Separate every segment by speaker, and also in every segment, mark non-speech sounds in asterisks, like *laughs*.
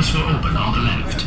Speaker 1: on the left.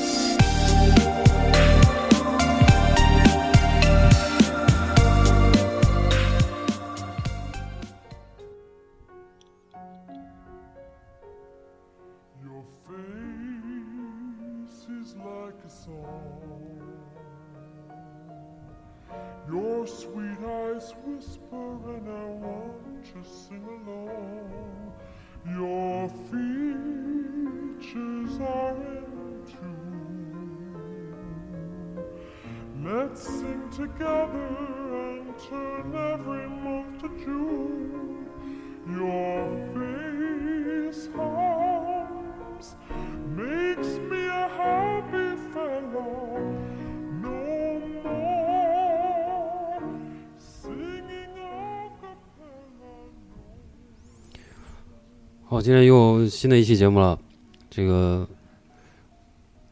Speaker 2: Your face is like a song. Your sweet eyes whisper, and I want to sing along. Your features are in tune. Let's sing together and turn every month to June. Your face hums, makes me a happy fellow. No more singing a cappella.
Speaker 3: 好，今天又有新的一期节目了。这个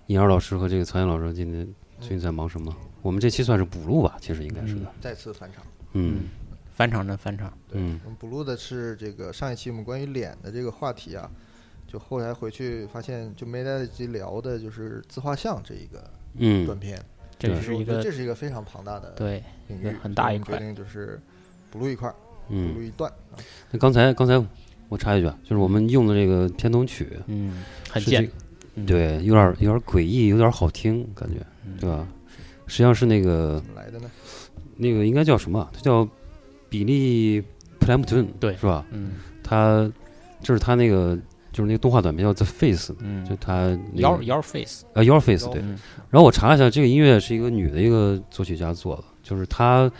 Speaker 3: 尹二老师和这个曹岩老师今天最近在忙什么？我们这期算是补录吧，其实应该是的。
Speaker 4: 再次返场。
Speaker 3: 嗯
Speaker 5: 返场的返场，
Speaker 3: 嗯
Speaker 4: 我们补录的是这个上一期我们关于脸的这个话题啊，就后来回去发现就没来得及聊的，就是自画像这一个短
Speaker 3: 嗯，
Speaker 4: 片。
Speaker 5: 这
Speaker 3: 对
Speaker 5: 是
Speaker 4: 我
Speaker 5: 一
Speaker 4: 觉得
Speaker 5: 个
Speaker 4: 这是一个非常庞大的
Speaker 5: 对
Speaker 4: 领
Speaker 5: 一个
Speaker 4: 域，
Speaker 5: 很大一
Speaker 4: 所以我
Speaker 5: 块
Speaker 4: 们决定就是补录一块儿，补
Speaker 3: 嗯
Speaker 4: 录一段啊。
Speaker 3: 那刚才刚才我插一句啊，就是我们用的这个片头曲
Speaker 5: 嗯，很
Speaker 3: 是这
Speaker 5: 贱嗯
Speaker 3: 个，对，有点有点诡异，有点好听，感觉对吧？实际上是那个
Speaker 4: 怎么来的呢？
Speaker 3: 那个应该叫什么啊？它叫比利普莱姆顿，
Speaker 5: 对
Speaker 3: 是吧？
Speaker 5: 嗯
Speaker 3: 他这是他那个就是那个动画短片叫《The Face》，就
Speaker 5: 嗯
Speaker 3: 他那
Speaker 5: ，Your
Speaker 3: 个
Speaker 5: Your Face，
Speaker 3: 呃 Your Face
Speaker 4: 啊
Speaker 3: 对。
Speaker 5: 嗯
Speaker 3: 然后我查了一下，这个音乐是一个女的一个作曲家做的，就是她，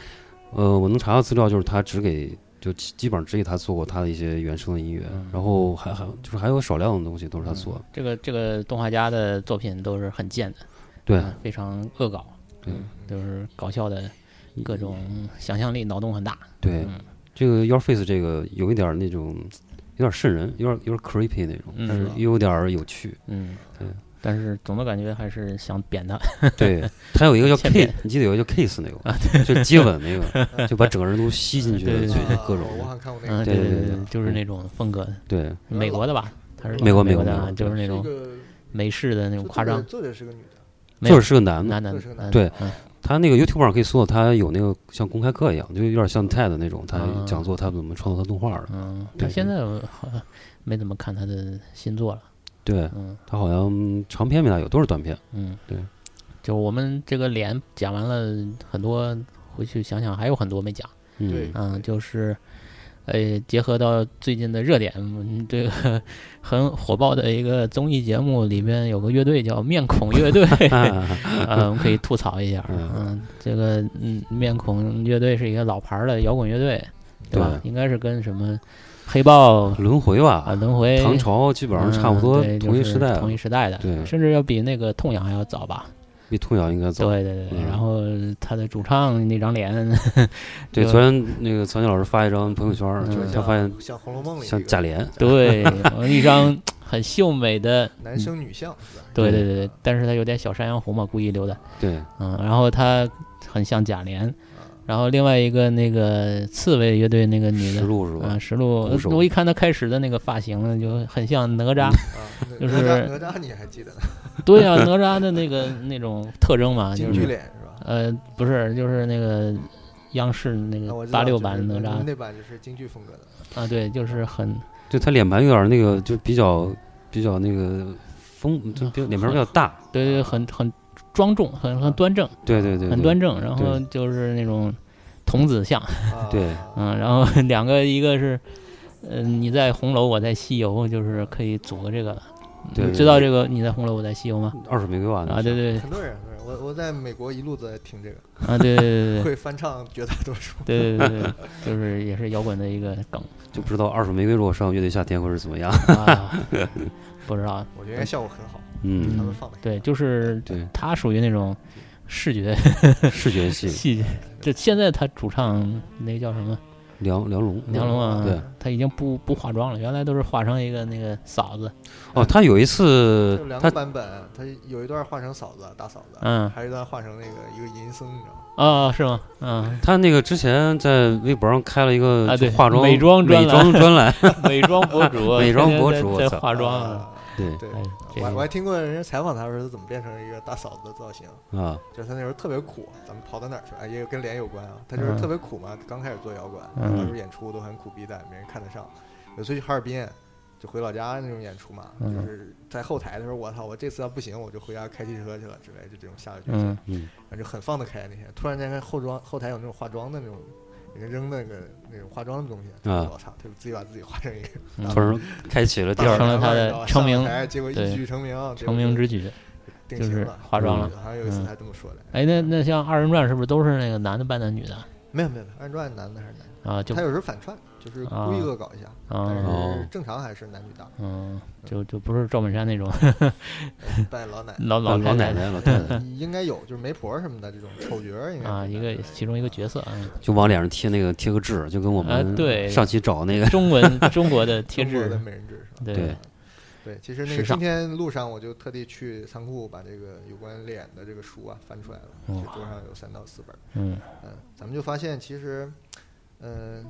Speaker 3: 呃，我能查到资料，就是她只给就基基本上只给她做过她的一些原声的音乐，
Speaker 5: 嗯
Speaker 3: 然后还还就是还有少量的东西都是她做的。
Speaker 5: 这个这个动画家的作品都是很贱的，
Speaker 3: 对，
Speaker 5: 嗯非常恶搞，
Speaker 3: 对嗯
Speaker 5: 嗯，都是搞笑的，各种想象力，脑洞很大，
Speaker 3: 对，
Speaker 5: 嗯
Speaker 3: 这个 Your Face 这个有一点儿那种有点儿瘆人，有点儿有点儿 creepy 那种，
Speaker 5: 嗯
Speaker 3: 但是
Speaker 5: 是吧
Speaker 3: 又有点儿有趣。
Speaker 5: 嗯，
Speaker 3: 对。
Speaker 5: 但是总的感觉还是想扁他，
Speaker 3: 对，他有一个叫
Speaker 5: *laughs* 欠
Speaker 3: kiss，
Speaker 5: 扁啊
Speaker 3: 你记得有一个叫 kiss 那个，就接吻那个，就把整个人都吸进去了，
Speaker 5: *laughs* 对
Speaker 3: 就
Speaker 5: 对
Speaker 3: 是各种
Speaker 4: 啊我好像看过那
Speaker 5: 嗯，
Speaker 4: 个，
Speaker 3: 对对
Speaker 5: 对
Speaker 3: 对
Speaker 5: 对，就是那种风格，
Speaker 3: 对
Speaker 5: 美国的吧，他是
Speaker 3: 美国美
Speaker 5: 美
Speaker 3: 国
Speaker 5: 的
Speaker 3: 美
Speaker 5: 啊，
Speaker 3: 国
Speaker 5: 就是那
Speaker 4: 是一
Speaker 5: 种
Speaker 4: 个
Speaker 5: 美式的那种
Speaker 4: 就
Speaker 5: 夸张，
Speaker 4: 作者作者是个女的，
Speaker 5: 没
Speaker 3: 作
Speaker 5: 有
Speaker 3: 者是个男的，
Speaker 5: 男的
Speaker 4: 作者是个男的，
Speaker 3: 对
Speaker 5: 嗯
Speaker 3: 他那个 YouTube 上可以搜到，他有那个像公开课一样，就有点像 TED 那种，他
Speaker 5: 啊
Speaker 3: 讲座他怎么创作他动画的。
Speaker 5: 嗯，
Speaker 3: 对
Speaker 5: 那现在我好像没怎么看他的新作了。
Speaker 3: 对
Speaker 5: 嗯
Speaker 3: 他好像长篇没大有，都是短篇。
Speaker 5: 嗯，
Speaker 3: 对，
Speaker 5: 就我们这个脸讲完了很多，回去想想还有很多没讲。
Speaker 3: 嗯，
Speaker 4: 对
Speaker 5: 嗯，就是，呃，结合到最近的热点，嗯这个很火爆的一个综艺节目里边有个乐队叫面孔
Speaker 3: *laughs*
Speaker 5: 乐队，
Speaker 3: 啊
Speaker 5: 呃，我们可以吐槽一下。
Speaker 3: 嗯
Speaker 5: 嗯，这个嗯，面孔乐队是一个老牌儿的摇滚乐队，嗯对吧？应该是跟什么黑豹
Speaker 3: *laughs* 轮回
Speaker 5: 啊、 *laughs*
Speaker 3: 吧，
Speaker 5: 轮回、
Speaker 3: 唐朝基本上差不多
Speaker 5: 嗯对
Speaker 3: 同一
Speaker 5: 就是
Speaker 3: 时代了，
Speaker 5: 同一时代的，
Speaker 3: 对
Speaker 5: 甚至要比那个痛痒还要早吧？
Speaker 3: 比痛痒应该早。
Speaker 5: 对对对。
Speaker 3: 嗯
Speaker 5: 然后他的主唱那张脸，
Speaker 4: *laughs*
Speaker 3: 对，
Speaker 5: 就
Speaker 3: 昨天那个曹宁老师发一张朋友圈儿，
Speaker 5: 嗯
Speaker 3: 就
Speaker 4: 就是像
Speaker 3: 他发现
Speaker 4: 像《红楼梦》里
Speaker 3: 像
Speaker 4: 一个
Speaker 3: 贾琏，
Speaker 5: 对，一张很秀美的，
Speaker 4: 男生女相，是吧
Speaker 5: 对对对对，但是他有点小山羊胡嘛，故意留的，
Speaker 3: 对，
Speaker 5: 嗯，然后他很像贾琏，
Speaker 4: 啊
Speaker 5: 然后另外一个那个刺猬乐队那个女
Speaker 3: 石
Speaker 5: 的。
Speaker 3: 路是吧
Speaker 5: 啊，？石路
Speaker 3: 鼓，手
Speaker 5: 我一看他开始的那个发型，就很像哪吒。
Speaker 4: 啊，
Speaker 5: 就
Speaker 4: 哪吒
Speaker 5: 是
Speaker 4: 哪吒你还记得呢？
Speaker 5: 对啊，哪吒的那个那种特征嘛，啊就
Speaker 4: 京剧
Speaker 5: 是
Speaker 4: 脸是吧？
Speaker 5: 呃，不是，就是那个央视那
Speaker 4: 啊
Speaker 5: 个
Speaker 4: 我知道
Speaker 5: 嗯八六
Speaker 4: 就是嗯
Speaker 5: 版哪
Speaker 4: 那
Speaker 5: 吒
Speaker 4: 那版就是京剧风格的，
Speaker 5: 啊，对，就是很
Speaker 3: 就他脸盘有点那个，就比较比较那个丰，就
Speaker 5: 嗯
Speaker 3: 比较脸盘比较大。
Speaker 5: 对对，很很庄重，很很端正，
Speaker 3: 对对对，
Speaker 5: 很
Speaker 3: 对
Speaker 5: 端正。然后
Speaker 3: 对
Speaker 5: 就是那种童子相，
Speaker 4: 啊
Speaker 3: 对
Speaker 5: 嗯，然后 *laughs* 两个一个是，呃，你在红楼，我在西游，就是可以组个这个了。
Speaker 3: 对
Speaker 5: 你
Speaker 3: 对
Speaker 5: 知道
Speaker 3: 对
Speaker 5: 这个你在红楼，我在西游吗？
Speaker 3: 二手玫瑰吧？那
Speaker 5: 啊，对
Speaker 3: 是
Speaker 5: 对
Speaker 4: 很多人，很多人，我我在美国一路都在听这个，
Speaker 5: 啊，对对对对
Speaker 4: 会翻唱绝大多数。
Speaker 5: 对对对
Speaker 3: *laughs*
Speaker 5: 对对，就是也是摇滚的一个梗
Speaker 3: 就不知道二手玫瑰如果上乐队夏天会是怎么样。 *laughs*
Speaker 5: 啊，不知道。
Speaker 4: 我觉得应该效果很好。给
Speaker 3: 嗯，
Speaker 4: 他们放了一
Speaker 5: 对，
Speaker 4: 个
Speaker 5: 就是
Speaker 3: 对，
Speaker 5: 它属于那种视觉嗯
Speaker 3: 视觉系
Speaker 5: *laughs* 细节。就现在他主唱那个叫什么
Speaker 3: 梁梁龙，
Speaker 5: 梁龙啊，
Speaker 3: 嗯对，
Speaker 5: 他已经不不化妆了，原来都是化成一个那个嫂子，
Speaker 3: 哦，他有一次
Speaker 4: 有两个
Speaker 3: 他
Speaker 4: 版本，他有一段画成嫂子大嫂子，
Speaker 5: 嗯
Speaker 4: 还有一段画成那个一个银僧，你知道吗？
Speaker 5: 哦，是吗？嗯，
Speaker 3: 他那个之前在微博上开了一个
Speaker 5: 啊对
Speaker 3: 化妆
Speaker 5: 美妆专
Speaker 3: 美
Speaker 5: 栏
Speaker 3: 妆专
Speaker 5: *laughs*
Speaker 3: 栏，
Speaker 5: 美妆
Speaker 3: *laughs*
Speaker 5: 博主，
Speaker 3: 美妆博
Speaker 5: 天天
Speaker 3: 主
Speaker 5: 在
Speaker 3: 我
Speaker 5: 在
Speaker 3: 操
Speaker 5: 化妆啊，
Speaker 4: 啊
Speaker 3: 对
Speaker 4: 对，
Speaker 5: 哎，这
Speaker 4: 我还我
Speaker 5: 个
Speaker 4: 还听过人家采访他说他怎么变成一个大嫂子的造型，
Speaker 3: 啊，
Speaker 4: 就是他那时候特别苦，咱们跑到哪儿去？哎，也有跟脸有关啊，他就是
Speaker 5: 嗯
Speaker 4: 特别苦嘛，刚开始做摇滚，
Speaker 5: 嗯
Speaker 4: 到处演出都很苦逼的，没人看得上。有次去哈尔滨，就回老家那种演出嘛，
Speaker 5: 嗯
Speaker 4: 就是在后台的时候，我操，我这次要不行，我就回家开汽车去了之类的，就这种下了决心，
Speaker 5: 嗯
Speaker 4: 反正就很放得开那天。突然间看后装后台有那种化妆的那种。人家扔那个那种化妆的东西，
Speaker 3: 啊
Speaker 4: 我操，他就自己把自己化成一个
Speaker 5: 嗯
Speaker 3: 突然开启了第
Speaker 5: 成
Speaker 3: 二
Speaker 5: 了他的
Speaker 4: 你知道吧
Speaker 5: 成名
Speaker 4: 上台结果一
Speaker 5: 对
Speaker 4: 举成名，结果
Speaker 5: 成名之举
Speaker 4: 定
Speaker 5: 就
Speaker 4: 型
Speaker 5: 是
Speaker 4: 了
Speaker 5: 化妆了。
Speaker 4: 好像有一次
Speaker 5: 嗯
Speaker 4: 还这么说的。
Speaker 5: 哎，那那像二人转是不是都是那个男的扮男女的
Speaker 4: 没有没有，没有二人转男的还是男的，
Speaker 5: 啊？就
Speaker 4: 他有时候反串，就是故意恶搞一下，
Speaker 5: 啊
Speaker 3: 哦
Speaker 4: 但是正常还是男女
Speaker 5: *laughs*
Speaker 4: 搭，
Speaker 5: 嗯，就就不是赵本山
Speaker 4: *laughs*
Speaker 5: 那种
Speaker 4: 扮老奶
Speaker 5: 老老
Speaker 3: 老奶
Speaker 5: 奶
Speaker 3: 奶老太太，
Speaker 4: 应该有，就是媒婆什么的这种丑角儿应该 *laughs*
Speaker 5: 啊，一个其中一个角色啊，
Speaker 3: 就往脸上贴那个贴个痣，就跟我
Speaker 5: 啊对
Speaker 3: 们上期找那个
Speaker 5: 中文中
Speaker 4: *laughs*
Speaker 5: 国的贴
Speaker 4: 中国的
Speaker 5: 纸，
Speaker 4: 美人痣是
Speaker 3: *laughs*
Speaker 4: 吧？
Speaker 5: 对，
Speaker 4: 对，其实那
Speaker 5: 时
Speaker 4: 个
Speaker 5: 尚
Speaker 4: 今天路上我就特地去仓库把这个有关脸的这个书啊翻出来了，这
Speaker 5: 哇
Speaker 4: 桌上有三到四本儿。
Speaker 5: 嗯
Speaker 4: 嗯，咱们就发现其实，嗯、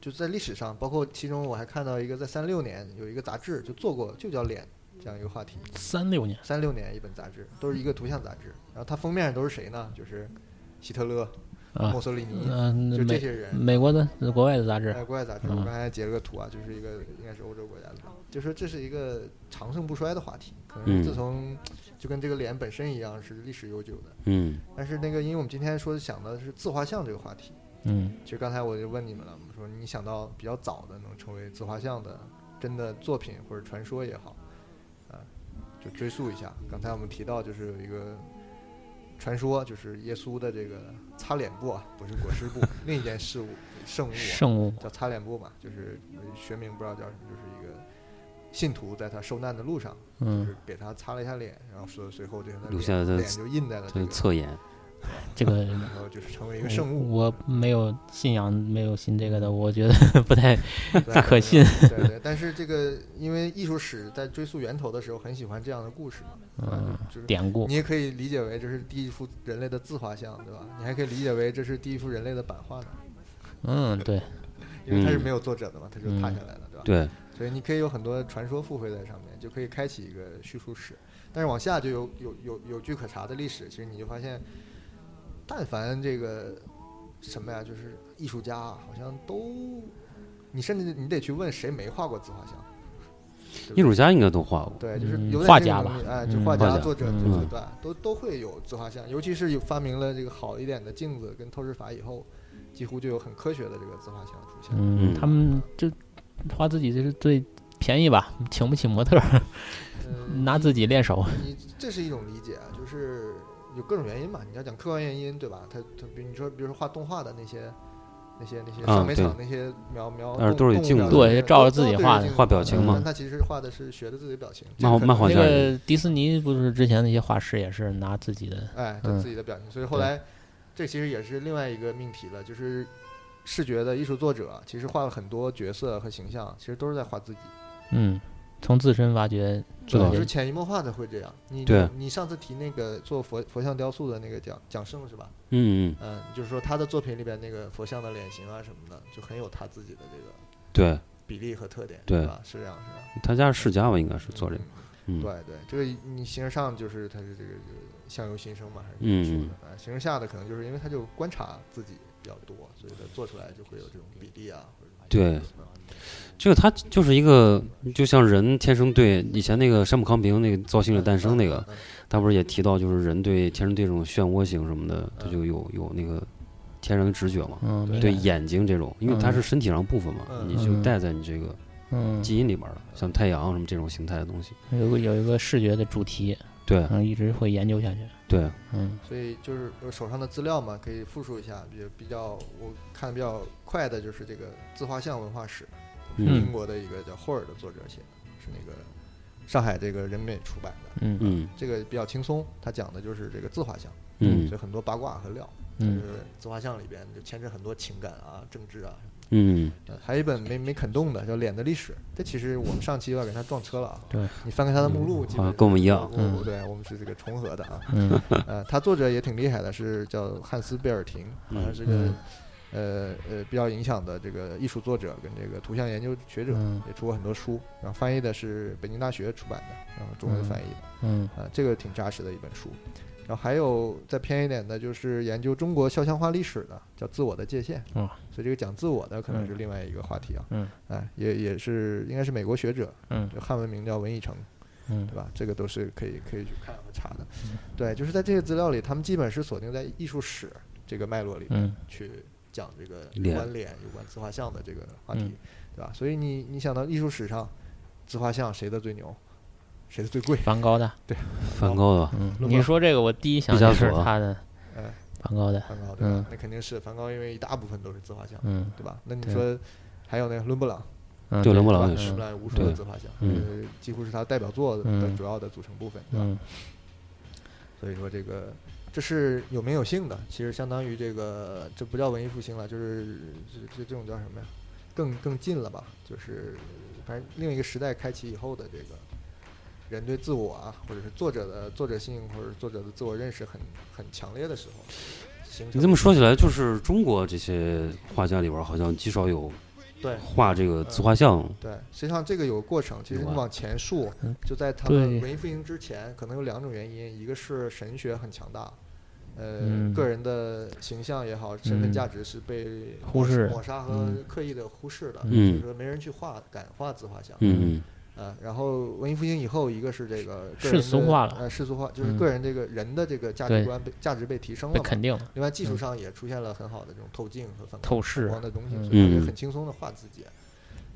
Speaker 4: 就在历史上，包括其中我还看到一个在三六年有一个杂志就做过，就叫脸这样一个话题。
Speaker 5: 三六年，
Speaker 4: 三六年一本杂志，都是一个图像杂志，然后它封面上都是谁呢？就是希特勒、
Speaker 5: 啊
Speaker 4: 墨索里尼，
Speaker 5: 嗯、
Speaker 4: 就这
Speaker 5: 美
Speaker 4: 些人。
Speaker 5: 美国的国外的杂志
Speaker 4: 哎，国外杂志，我
Speaker 5: 嗯
Speaker 4: 刚才截了个图啊，就是一个应该是欧洲国家的，就说这是一个长盛不衰的话题，可
Speaker 3: 嗯
Speaker 4: 能自从就跟这个脸本身一样是历史悠久的。
Speaker 3: 嗯
Speaker 4: 但是那个，因为我们今天说想的是自画像这个话题，
Speaker 5: 嗯
Speaker 4: 其实刚才我就问你们了，我们说你想到比较早的能成为自画像的真的作品或者传说也好，啊，就追溯一下。刚才我们提到就是有一个传说，就是耶稣的这个擦脸布啊，不是裹尸布， *laughs* 另一件事物圣物啊、
Speaker 5: 圣物
Speaker 4: 叫擦脸布嘛，就是学名不知道叫什么，就是一个信徒在他受难的路上，就
Speaker 5: 嗯，
Speaker 4: 是给他擦了一下脸，然后说随后这个他
Speaker 3: 留下
Speaker 4: 脸
Speaker 3: 的
Speaker 4: 脸就印在了
Speaker 3: 他
Speaker 4: 这
Speaker 3: 的
Speaker 4: 个，
Speaker 3: 侧眼，
Speaker 5: 这个
Speaker 4: 然后就是成为一个 *laughs* 圣
Speaker 3: 哦
Speaker 4: 物。
Speaker 5: 我我没有信仰，没有信这个的，我觉得 *laughs* 不太
Speaker 4: 对
Speaker 5: 可信。
Speaker 4: 对对，但是这个因为艺术史在追溯源头的时候，很喜欢这样的故事嘛，对吧
Speaker 5: 嗯
Speaker 4: 就是
Speaker 5: 典故
Speaker 4: 你，也可以理解为这是第一幅人类的自画像，对吧？你还可以理解为这是第一幅人类的版画呢，
Speaker 5: 嗯，对，
Speaker 4: 因为它是
Speaker 3: 嗯
Speaker 4: 没有作者的嘛，它就
Speaker 5: 嗯
Speaker 4: 踏下来了，对吧？
Speaker 3: 对，
Speaker 4: 所以你可以有很多传说附会在上面，就可以开启一个叙述史。但是往下就有有有有据可查的历史，其实你就发现，但凡这个什么呀，就是艺术家啊好像都，你甚至你得去问谁没画过自画像。
Speaker 3: 艺术家应该都画过，
Speaker 4: 对，就是
Speaker 5: 嗯
Speaker 4: 有点
Speaker 5: 画
Speaker 4: 这
Speaker 5: 家
Speaker 4: 种
Speaker 5: 吧
Speaker 4: 哎，就
Speaker 5: 嗯
Speaker 4: 画
Speaker 3: 画
Speaker 4: 家、
Speaker 3: 家
Speaker 4: 作者、
Speaker 5: 嗯
Speaker 4: 就对吧？都都会有自画像，尤其是有发明了这个好一点的镜子跟透视法以后，几乎就有很科学的这个自画像出现。
Speaker 5: 嗯，
Speaker 3: 嗯
Speaker 5: 他们就花自己就是最便宜吧，请不起模特儿， *laughs*
Speaker 4: 嗯，
Speaker 5: 拿自己练手，
Speaker 4: 你这是一种理解，啊，就是有各种原因嘛。你要讲客观原因，对吧？他他比你说，比如说画动画的那些。那些那些
Speaker 3: 啊
Speaker 4: 上美
Speaker 3: 对
Speaker 4: 场那些描描动，
Speaker 3: 但是都是有
Speaker 4: 动物
Speaker 3: 镜
Speaker 4: 表
Speaker 3: 子
Speaker 4: 情
Speaker 5: 对
Speaker 4: 的
Speaker 5: 照
Speaker 4: 都
Speaker 5: 着自己
Speaker 4: 都是
Speaker 5: 画
Speaker 4: 有
Speaker 5: 的
Speaker 4: 镜子
Speaker 3: 画表情
Speaker 5: 嘛
Speaker 4: 但他其实画的是学的自己的表情，
Speaker 3: 漫画
Speaker 4: 这个可能
Speaker 3: 漫画
Speaker 5: 那
Speaker 3: 家也
Speaker 5: 个迪士尼不是之前那些画师也是拿自己的，
Speaker 4: 哎，就
Speaker 5: 嗯
Speaker 4: 自己的表情。所以后来，这其实也是另外一个命题了，就是视觉的艺术作者其实画了很多角色和形象，其实都是在画自己，
Speaker 5: 嗯，从自身挖掘
Speaker 3: 是的
Speaker 4: 就是潜移默化的会这样。你
Speaker 3: 对
Speaker 4: 你上次提那个做佛佛像雕塑的那个蒋蒋胜是吧？
Speaker 3: 嗯嗯，
Speaker 4: 嗯，就是说他的作品里边那个佛像的脸型啊什么的，就很有他自己的这个
Speaker 3: 对，
Speaker 4: 比例和特点，
Speaker 3: 对
Speaker 4: 吧？是这样，是吧？
Speaker 3: 他家是世家吧，应该是做这个，
Speaker 4: 嗯
Speaker 3: 嗯
Speaker 4: 对对，这个你形而上就是他是这个这个相由心生嘛，还是
Speaker 3: 嗯
Speaker 4: 怎么说的？啊，形而下的可能就是因为他就观察自己比较多，所以他做出来就会有这种比例啊，或者
Speaker 3: 对这个他就是一个，就像人天生对以前那个山姆康平那个《造
Speaker 4: 定
Speaker 3: 星的诞生》那个，
Speaker 4: 嗯
Speaker 3: 他不是也提到，就是人对天生对这种漩涡型什么的，他就有有那个天然的直觉嘛，
Speaker 5: 嗯，
Speaker 4: 对
Speaker 5: 敏
Speaker 3: 对
Speaker 5: 感
Speaker 3: 眼睛这种，因为它是身体上部分嘛，
Speaker 4: 嗯
Speaker 3: 你就带在你这个
Speaker 5: 嗯，
Speaker 3: 基因里边了，像太阳什么这种形态的东西。
Speaker 5: 有个有一个视觉的主题，
Speaker 3: 对
Speaker 5: 嗯，一直会研究下去，
Speaker 3: 对，
Speaker 5: 嗯
Speaker 4: 所以就是有手上的资料嘛，可以复述一下，比比较我看比较快的就是这个自画像文化史，是
Speaker 3: 嗯
Speaker 4: 英国的一个叫霍尔的作者写的，是那个上海这个人美出版的，
Speaker 5: 嗯
Speaker 3: 嗯
Speaker 4: 这个比较轻松，它讲的就是这个自画像，
Speaker 3: 嗯
Speaker 4: 所以很多八卦和料，就
Speaker 5: 嗯
Speaker 4: 是自画像里边就牵扯很多情感啊、政治啊。
Speaker 3: 嗯
Speaker 4: 呃还有一本没没啃动的叫《脸的历史》，这其实我们上期有点给它撞车了啊。
Speaker 5: 对，
Speaker 4: 你翻开它的目录，基本
Speaker 3: 啊跟我们一样
Speaker 4: 跟我
Speaker 5: 嗯
Speaker 4: 对，我们是这个重合的啊。
Speaker 5: 嗯
Speaker 4: *laughs* 呃，他作者也挺厉害的，是叫汉斯·贝尔廷，好像是个、
Speaker 5: 嗯
Speaker 4: 呃呃比较影响的这个艺术作者跟这个图像研究学者，
Speaker 5: 嗯
Speaker 4: 也出过很多书，然后翻译的是北京大学出版的，然后中文
Speaker 5: 嗯
Speaker 4: 翻译的，
Speaker 5: 嗯
Speaker 4: 啊、这个挺扎实的一本书。然后还有再偏一点的，就是研究中国肖像画历史的，叫《自我的界限》。
Speaker 5: 哦
Speaker 4: 所以这个讲自我的可能是
Speaker 5: 嗯
Speaker 4: 另外一个话题啊。
Speaker 5: 嗯，
Speaker 4: 哎，也也是应该是美国学者，
Speaker 5: 嗯
Speaker 4: 就汉文名叫文艺成，
Speaker 5: 嗯
Speaker 4: 对吧？这个都是可以可以去看和查的。对，就是在这些资料里，他们基本是锁定在艺术史这个脉络里
Speaker 5: 嗯
Speaker 4: 去讲这个有
Speaker 3: 脸
Speaker 4: 关脸、有关自画像的这个话题，
Speaker 5: 嗯
Speaker 4: 对吧？所以你你想到艺术史上，自画像谁的最牛，谁的最贵？
Speaker 5: 梵高的，
Speaker 3: 梵高啊的吧，
Speaker 5: 嗯，
Speaker 4: 伦
Speaker 5: 你
Speaker 4: 勃
Speaker 5: 说这个，我第一想
Speaker 3: 毕加
Speaker 5: 就是
Speaker 3: 索
Speaker 5: 他的
Speaker 4: 呃，
Speaker 5: 梵高的，
Speaker 4: 梵高对吧？
Speaker 5: 嗯
Speaker 4: 那肯定是梵高，因为一大部分都是自画像，
Speaker 5: 嗯
Speaker 4: 对吧？那你
Speaker 5: 对
Speaker 4: 说还有那个伦勃朗，
Speaker 5: 嗯，
Speaker 3: 对伦勃
Speaker 4: 对吧
Speaker 3: 朗也
Speaker 5: 是
Speaker 4: 伦勃朗有无数的
Speaker 3: 对
Speaker 4: 自画像，
Speaker 3: 嗯
Speaker 4: 呃，几乎是他代表作的
Speaker 5: 嗯
Speaker 4: 主要的组成部分，对吧？
Speaker 5: 嗯
Speaker 4: 所以说这个这是有名有姓的，其实相当于这个这不叫文艺复兴了，就是这这这种叫什么呀？更更近了吧？就是反正另一个时代开启以后的这个人对自我啊，或者是作者的作者性或者作者的自我认识很很强烈的时候，形成
Speaker 3: 你这么说起来，就是中国这些画家里边儿，好像极少有
Speaker 4: 对
Speaker 3: 画这个自画像。
Speaker 4: 对，实际上这个有个过程。其实你
Speaker 3: 有啊
Speaker 4: 往前述
Speaker 5: 嗯，
Speaker 4: 就在他们
Speaker 5: 对
Speaker 4: 文艺复兴之前，可能有两种原因，一个是神学很强大，呃，
Speaker 5: 嗯
Speaker 4: 个人的形象也好，身份
Speaker 5: 嗯
Speaker 4: 价值是被
Speaker 5: 忽视
Speaker 4: 抹杀和
Speaker 5: 嗯
Speaker 4: 刻意的忽视的，
Speaker 3: 嗯
Speaker 4: 就是说没人去画，敢画自画像。
Speaker 3: 嗯
Speaker 4: 呃，然后文艺复兴以后，一个是这个个
Speaker 5: 世
Speaker 4: 人
Speaker 5: 俗
Speaker 4: 的
Speaker 5: 化了
Speaker 4: 呃，世俗化就是
Speaker 5: 嗯
Speaker 4: 个人这个人的这个价值
Speaker 5: 对
Speaker 4: 观被价值被提升了
Speaker 5: 被
Speaker 4: 嘛。
Speaker 5: 肯定了，
Speaker 4: 另外，技术
Speaker 5: 嗯
Speaker 4: 上也出现了很好的这种透镜和反
Speaker 5: 透视
Speaker 4: 反光的东西，
Speaker 5: 嗯
Speaker 4: 所以他
Speaker 3: 嗯
Speaker 4: 就很轻松的画自己。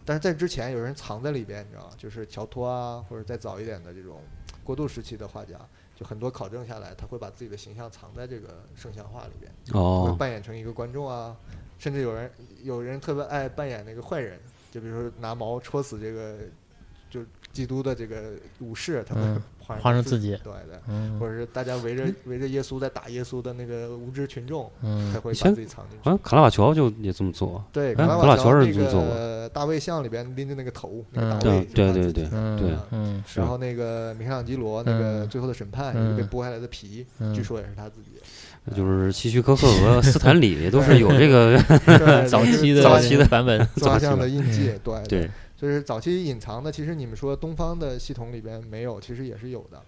Speaker 4: 但是在之前，有人藏在里边，你知道吗？就是乔托啊，或者再早一点的这种过渡时期的画家，就很多考证下来，他会把自己的形象藏在这个圣像画里边，会
Speaker 3: 哦，
Speaker 4: 扮演成一个观众啊，甚至有人有人特别爱扮演那个坏人，就比如说拿矛戳死这个就基督的这个武士，他会
Speaker 5: 嗯
Speaker 4: 画
Speaker 5: 画成
Speaker 4: 自
Speaker 5: 自己
Speaker 4: 对对。
Speaker 5: 嗯
Speaker 4: 或者是大家围着围着耶稣在打耶稣的那个无知群众，才
Speaker 5: 嗯
Speaker 4: 会把
Speaker 3: 先
Speaker 4: 自己藏进
Speaker 3: 好
Speaker 4: 去。
Speaker 3: 像卡拉瓦乔就也这么做。
Speaker 4: 对，
Speaker 3: 哎
Speaker 4: 卡拉
Speaker 3: 格
Speaker 4: 瓦
Speaker 3: 拉乔
Speaker 4: 乔
Speaker 3: 是
Speaker 4: 那
Speaker 3: 怎么做
Speaker 4: 个大卫像里边拎着那个头，那个
Speaker 5: 嗯
Speaker 4: 大
Speaker 3: 对
Speaker 4: 卫就是他
Speaker 3: 对
Speaker 4: 自己
Speaker 3: 对对
Speaker 5: 嗯
Speaker 3: 对
Speaker 5: 嗯
Speaker 3: 是
Speaker 4: 然后那个米开朗基罗那个
Speaker 5: 嗯
Speaker 4: 最后的审判，有一个
Speaker 5: 嗯
Speaker 4: 被剥下来的皮，
Speaker 5: 嗯
Speaker 4: 据说也是他
Speaker 3: *laughs*
Speaker 4: 自己。
Speaker 3: 就是希区柯克和斯坦李
Speaker 4: *laughs*
Speaker 3: 都是有这个 *laughs*
Speaker 4: 对
Speaker 5: 嗯早期的
Speaker 3: 早期的
Speaker 5: 版本，
Speaker 4: 自画
Speaker 3: 早期
Speaker 4: 像
Speaker 3: 的
Speaker 4: 的印记，
Speaker 5: 嗯
Speaker 4: 对
Speaker 3: 对， *laughs*
Speaker 4: 就是早期隐藏的，其实你们说东方的系统里边没有，其实也是有的。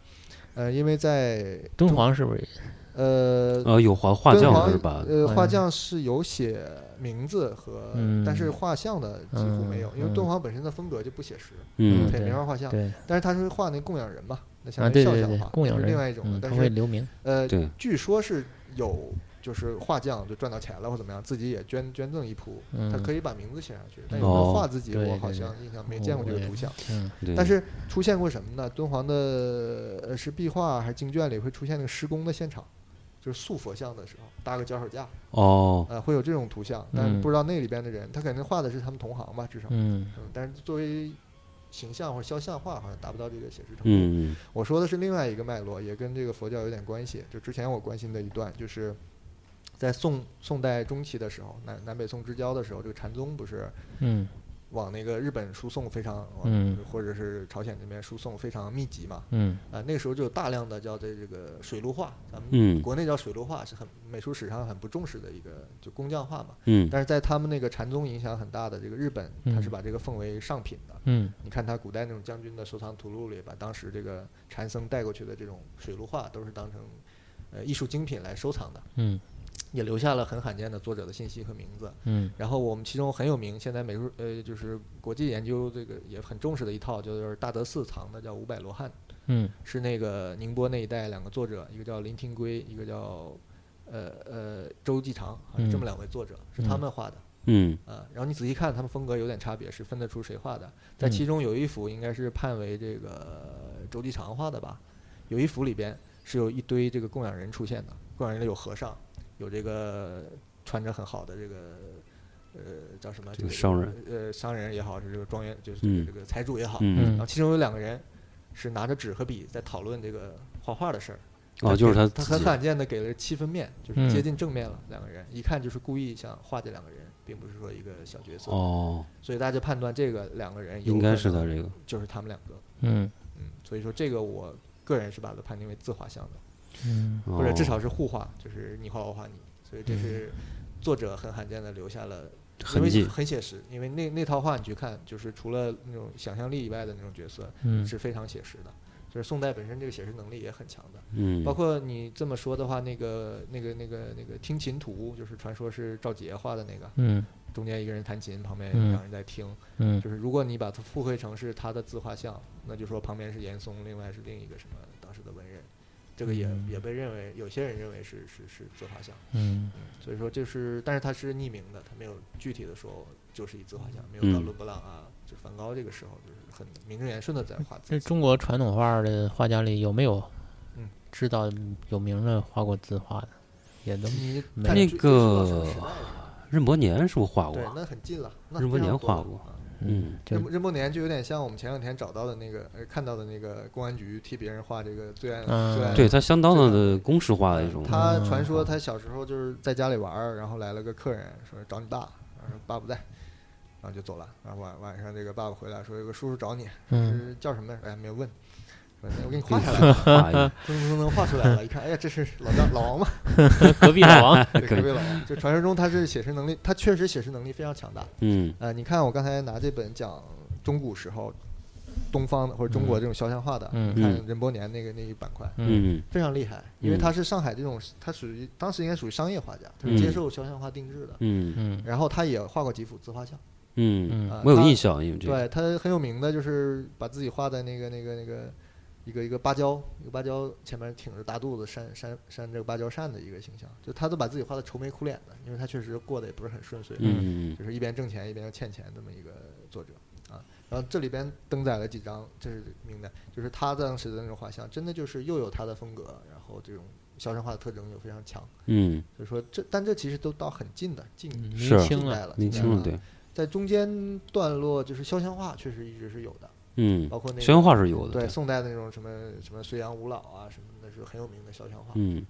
Speaker 4: 呃，因为在
Speaker 5: 敦煌是不是也？
Speaker 4: 呃
Speaker 3: 呃有画画
Speaker 4: 敦
Speaker 3: 匠
Speaker 4: 煌
Speaker 3: 是吧？
Speaker 4: 呃，画
Speaker 5: 好像
Speaker 4: 匠是有写名字和，但是
Speaker 5: 嗯嗯
Speaker 4: 画像的几乎没有，因为敦煌本身的风格就不写实，
Speaker 3: 嗯
Speaker 4: 他也
Speaker 5: 对
Speaker 4: 没法画像。
Speaker 5: 对
Speaker 4: 但是他是画那供养人嘛，那相
Speaker 5: 啊，
Speaker 4: 当于
Speaker 5: 对
Speaker 4: 肖
Speaker 5: 对
Speaker 4: 像
Speaker 5: 对
Speaker 4: 画，，
Speaker 5: 供
Speaker 4: 这
Speaker 5: 养
Speaker 4: 是
Speaker 5: 人，
Speaker 4: 另外一种了。
Speaker 5: 嗯，他
Speaker 4: 但
Speaker 5: 会
Speaker 4: 是
Speaker 5: 留名，
Speaker 4: 呃，
Speaker 3: 对
Speaker 4: 据说是有就是画匠就赚到钱了或怎么样，自己也捐捐赠一幅，他
Speaker 5: 嗯
Speaker 4: 可以把名字写上去，但有没有
Speaker 3: 哦
Speaker 4: 画自己，
Speaker 5: 对
Speaker 4: 我好
Speaker 5: 对对
Speaker 4: 像印象没见过这
Speaker 5: 我
Speaker 4: 个
Speaker 5: 也
Speaker 4: 图像。
Speaker 5: 嗯
Speaker 3: 对
Speaker 4: 但是出现过什么呢？敦煌的呃是壁画还是经卷里会出现那个施工的现场，就是塑佛像的时候搭个脚手架，
Speaker 3: 哦，
Speaker 4: 呃，会有这种图像，但是
Speaker 5: 嗯
Speaker 4: 不知道那里边的人，他肯定画的是他们同行吧，至少，
Speaker 5: 嗯
Speaker 4: 嗯，但是作为形象或者肖像画，好像达不到这个写实程度。
Speaker 3: 嗯
Speaker 4: 我说的是另外一个脉络，也跟这个佛教有点关系。就之前我关心的一段，就是在宋宋代中期的时候，南南北宋之交的时候，这个禅宗不是
Speaker 5: 嗯
Speaker 4: 往那个日本输送非常，
Speaker 5: 嗯
Speaker 4: 或者是朝鲜那边输送非常密集嘛？
Speaker 5: 嗯
Speaker 4: 啊、那个时候就有大量的叫这这个水陆画，咱们
Speaker 3: 嗯
Speaker 4: 国内叫水陆画，是很美术史上很不重视的一个就工匠画嘛。
Speaker 3: 嗯
Speaker 4: 但是在他们那个禅宗影响很大的这个日本，
Speaker 5: 嗯
Speaker 4: 他是把这个奉为上品的。
Speaker 5: 嗯
Speaker 4: 你看他古代那种将军的收藏图录里，把当时这个禅僧带过去的这种水陆画，都是当成呃艺术精品来收藏的，
Speaker 5: 嗯
Speaker 4: 也留下了很罕见的作者的信息和名字。
Speaker 5: 嗯
Speaker 4: 然后我们其中很有名，现在美术呃就是国际研究这个也很重视的一套，就是大德寺藏的叫五百罗汉，
Speaker 5: 嗯
Speaker 4: 是那个宁波那一带两个作者，一个叫林廷圭，一个叫呃呃周继长，好像
Speaker 5: 嗯
Speaker 4: 这么两位作者、是他
Speaker 5: 嗯
Speaker 4: 们画的。
Speaker 3: 嗯
Speaker 4: 啊，然后你仔细看，他们风格有点差别，是分得出谁画的。
Speaker 3: 嗯
Speaker 4: 在其中有一幅应该是判为这个周继长画的吧，有一幅里边是有一堆这个供养人出现的，供养人里有和尚，有这个穿着很好的这个呃叫什么
Speaker 3: 这个商人，
Speaker 4: 呃商人也好，是这个庄园就是这个
Speaker 3: 嗯
Speaker 4: 这个财主也好，然
Speaker 3: 嗯
Speaker 4: 后其中有两个人。是拿着纸和笔在讨论这个画画的事儿。
Speaker 3: 哦，就是
Speaker 4: 他
Speaker 3: 他
Speaker 4: 给他
Speaker 3: 自
Speaker 4: 很
Speaker 3: 己
Speaker 4: 罕见的给了七分面，就是
Speaker 5: 嗯
Speaker 4: 接近正面了。两个人一看就是故意想画这两个人，并不是说一个小角色，
Speaker 3: 哦，
Speaker 4: 所以大家就判断这个两个人有
Speaker 3: 应该
Speaker 4: 可
Speaker 3: 是
Speaker 4: 能
Speaker 3: 他这个。
Speaker 4: 就是他们两个。
Speaker 5: 嗯
Speaker 4: 嗯，所以说这个我个人是把它判定为自画像的，
Speaker 5: 嗯
Speaker 4: 或者至
Speaker 3: 哦嗯
Speaker 4: 少是互画，就是你画我画你。所以这是作者很罕见的留下了因
Speaker 3: 痕
Speaker 4: 为
Speaker 3: 迹
Speaker 4: 很写实，因为那那套画你去看，就是除了那种想象力以外的那种角色
Speaker 5: 嗯
Speaker 4: 是非常写实的，就是宋代本身这个写实能力也很强的。
Speaker 3: 嗯
Speaker 4: 包括你这么说的话，那个、那个、那个、那个听琴图，就是传说是赵杰画的那个，
Speaker 5: 嗯
Speaker 4: 中间一个人弹琴，旁边
Speaker 5: 嗯
Speaker 4: 两人在听。
Speaker 5: 嗯
Speaker 4: 就是如果你把它附会成是他的自画像，那就说旁边是严嵩，另外是另一个什么当时的文人，这个也、
Speaker 5: 嗯
Speaker 4: 也被认为有些人认为是是是自画像。
Speaker 5: 嗯
Speaker 4: 所以说就是，但是他是匿名的，他没有具体的说就是一自画像，没有
Speaker 3: 嗯
Speaker 4: 到伦勃朗啊，就梵高这个时候就是很名正言顺的在画自
Speaker 5: 这
Speaker 3: 嗯
Speaker 4: 己。
Speaker 5: 中国传统画儿的画家里有没有
Speaker 4: 嗯
Speaker 5: 知道有名的画过自画的？也都
Speaker 4: 你
Speaker 5: 没
Speaker 4: 看
Speaker 3: 那
Speaker 4: 追追溯到什
Speaker 3: 个
Speaker 4: 么时代是吧
Speaker 3: 任伯年是不是画过
Speaker 4: 对？，那很近了。那
Speaker 3: 任伯
Speaker 4: 非常
Speaker 3: 年
Speaker 4: 多了
Speaker 3: 画过
Speaker 4: 啊
Speaker 3: 嗯，
Speaker 5: 就
Speaker 4: 任任伯年就有点像我们前两天找到的那个，呃，看到的那个公安局替别人画这个罪案，
Speaker 5: 嗯
Speaker 4: 罪案。
Speaker 3: 对他相当的公式化的一种，嗯
Speaker 4: 他传说他小时候就是在家里玩儿，然后来了个客人，说找你爸，然后说爸不在，然后就走了。然后晚晚上这个爸爸回来说有个叔叔找你，
Speaker 5: 嗯
Speaker 4: 是叫什么？哎，没有问。说哎我给你
Speaker 3: 给
Speaker 4: 画
Speaker 3: 你
Speaker 4: 下来了，
Speaker 3: 画一个
Speaker 4: 噔噔噔噔画出来了。一看，哎呀，这是老张老
Speaker 3: *laughs*
Speaker 4: 王嘛，
Speaker 5: 隔壁老王
Speaker 4: 对，隔壁老王。就传说中他是写实能力，他确实写实能力非常强大。
Speaker 3: 嗯
Speaker 4: 呃，你看我刚才拿这本讲中古时候东方的或者中国这种肖像画的，
Speaker 5: 嗯
Speaker 4: 你
Speaker 3: 嗯
Speaker 4: 看任伯年那个那一板块
Speaker 5: 嗯
Speaker 3: 嗯
Speaker 4: 非常厉害，因为
Speaker 3: 嗯
Speaker 4: 他是上海这种，他属于当时应该属于商业画家，他
Speaker 3: 嗯
Speaker 4: 是接受肖像画定制的。
Speaker 3: 嗯
Speaker 5: *laughs* 嗯
Speaker 4: 然后他也画过几幅自画像，
Speaker 3: 嗯，
Speaker 5: 嗯
Speaker 4: 呃
Speaker 3: 我有
Speaker 4: 他
Speaker 3: 印象，因为这个
Speaker 4: 对他很有名的就是把自己画在那个那个那个一个一个芭蕉，一个芭蕉前面挺着大肚子扇扇扇这个芭蕉扇的一个形象，就他都把自己画的愁眉苦脸的，因为他确实过得也不是很顺遂。
Speaker 3: 嗯
Speaker 4: 就是一边挣钱一边又欠钱这么一个作者啊。然后这里边登载了几张，这是名单，就是他当时的那种画像，真的就是又有他的风格，然后这种肖像画的特征又非常强。
Speaker 3: 嗯
Speaker 4: 所以说这，但这其实都到很近的近
Speaker 5: 嗯，
Speaker 3: 是
Speaker 5: 明清
Speaker 4: 近
Speaker 5: 了，
Speaker 4: 代了，
Speaker 3: 年
Speaker 4: 近
Speaker 3: 轻
Speaker 4: 代
Speaker 3: 了对，
Speaker 4: 在中间段落，就是肖像画确实一直是有的，
Speaker 3: 嗯，
Speaker 4: 包括那个
Speaker 3: 宣化是有的，
Speaker 4: 对宋代的那种什么什么睢阳五老啊什么的，是很有名的肖像画。
Speaker 3: 嗯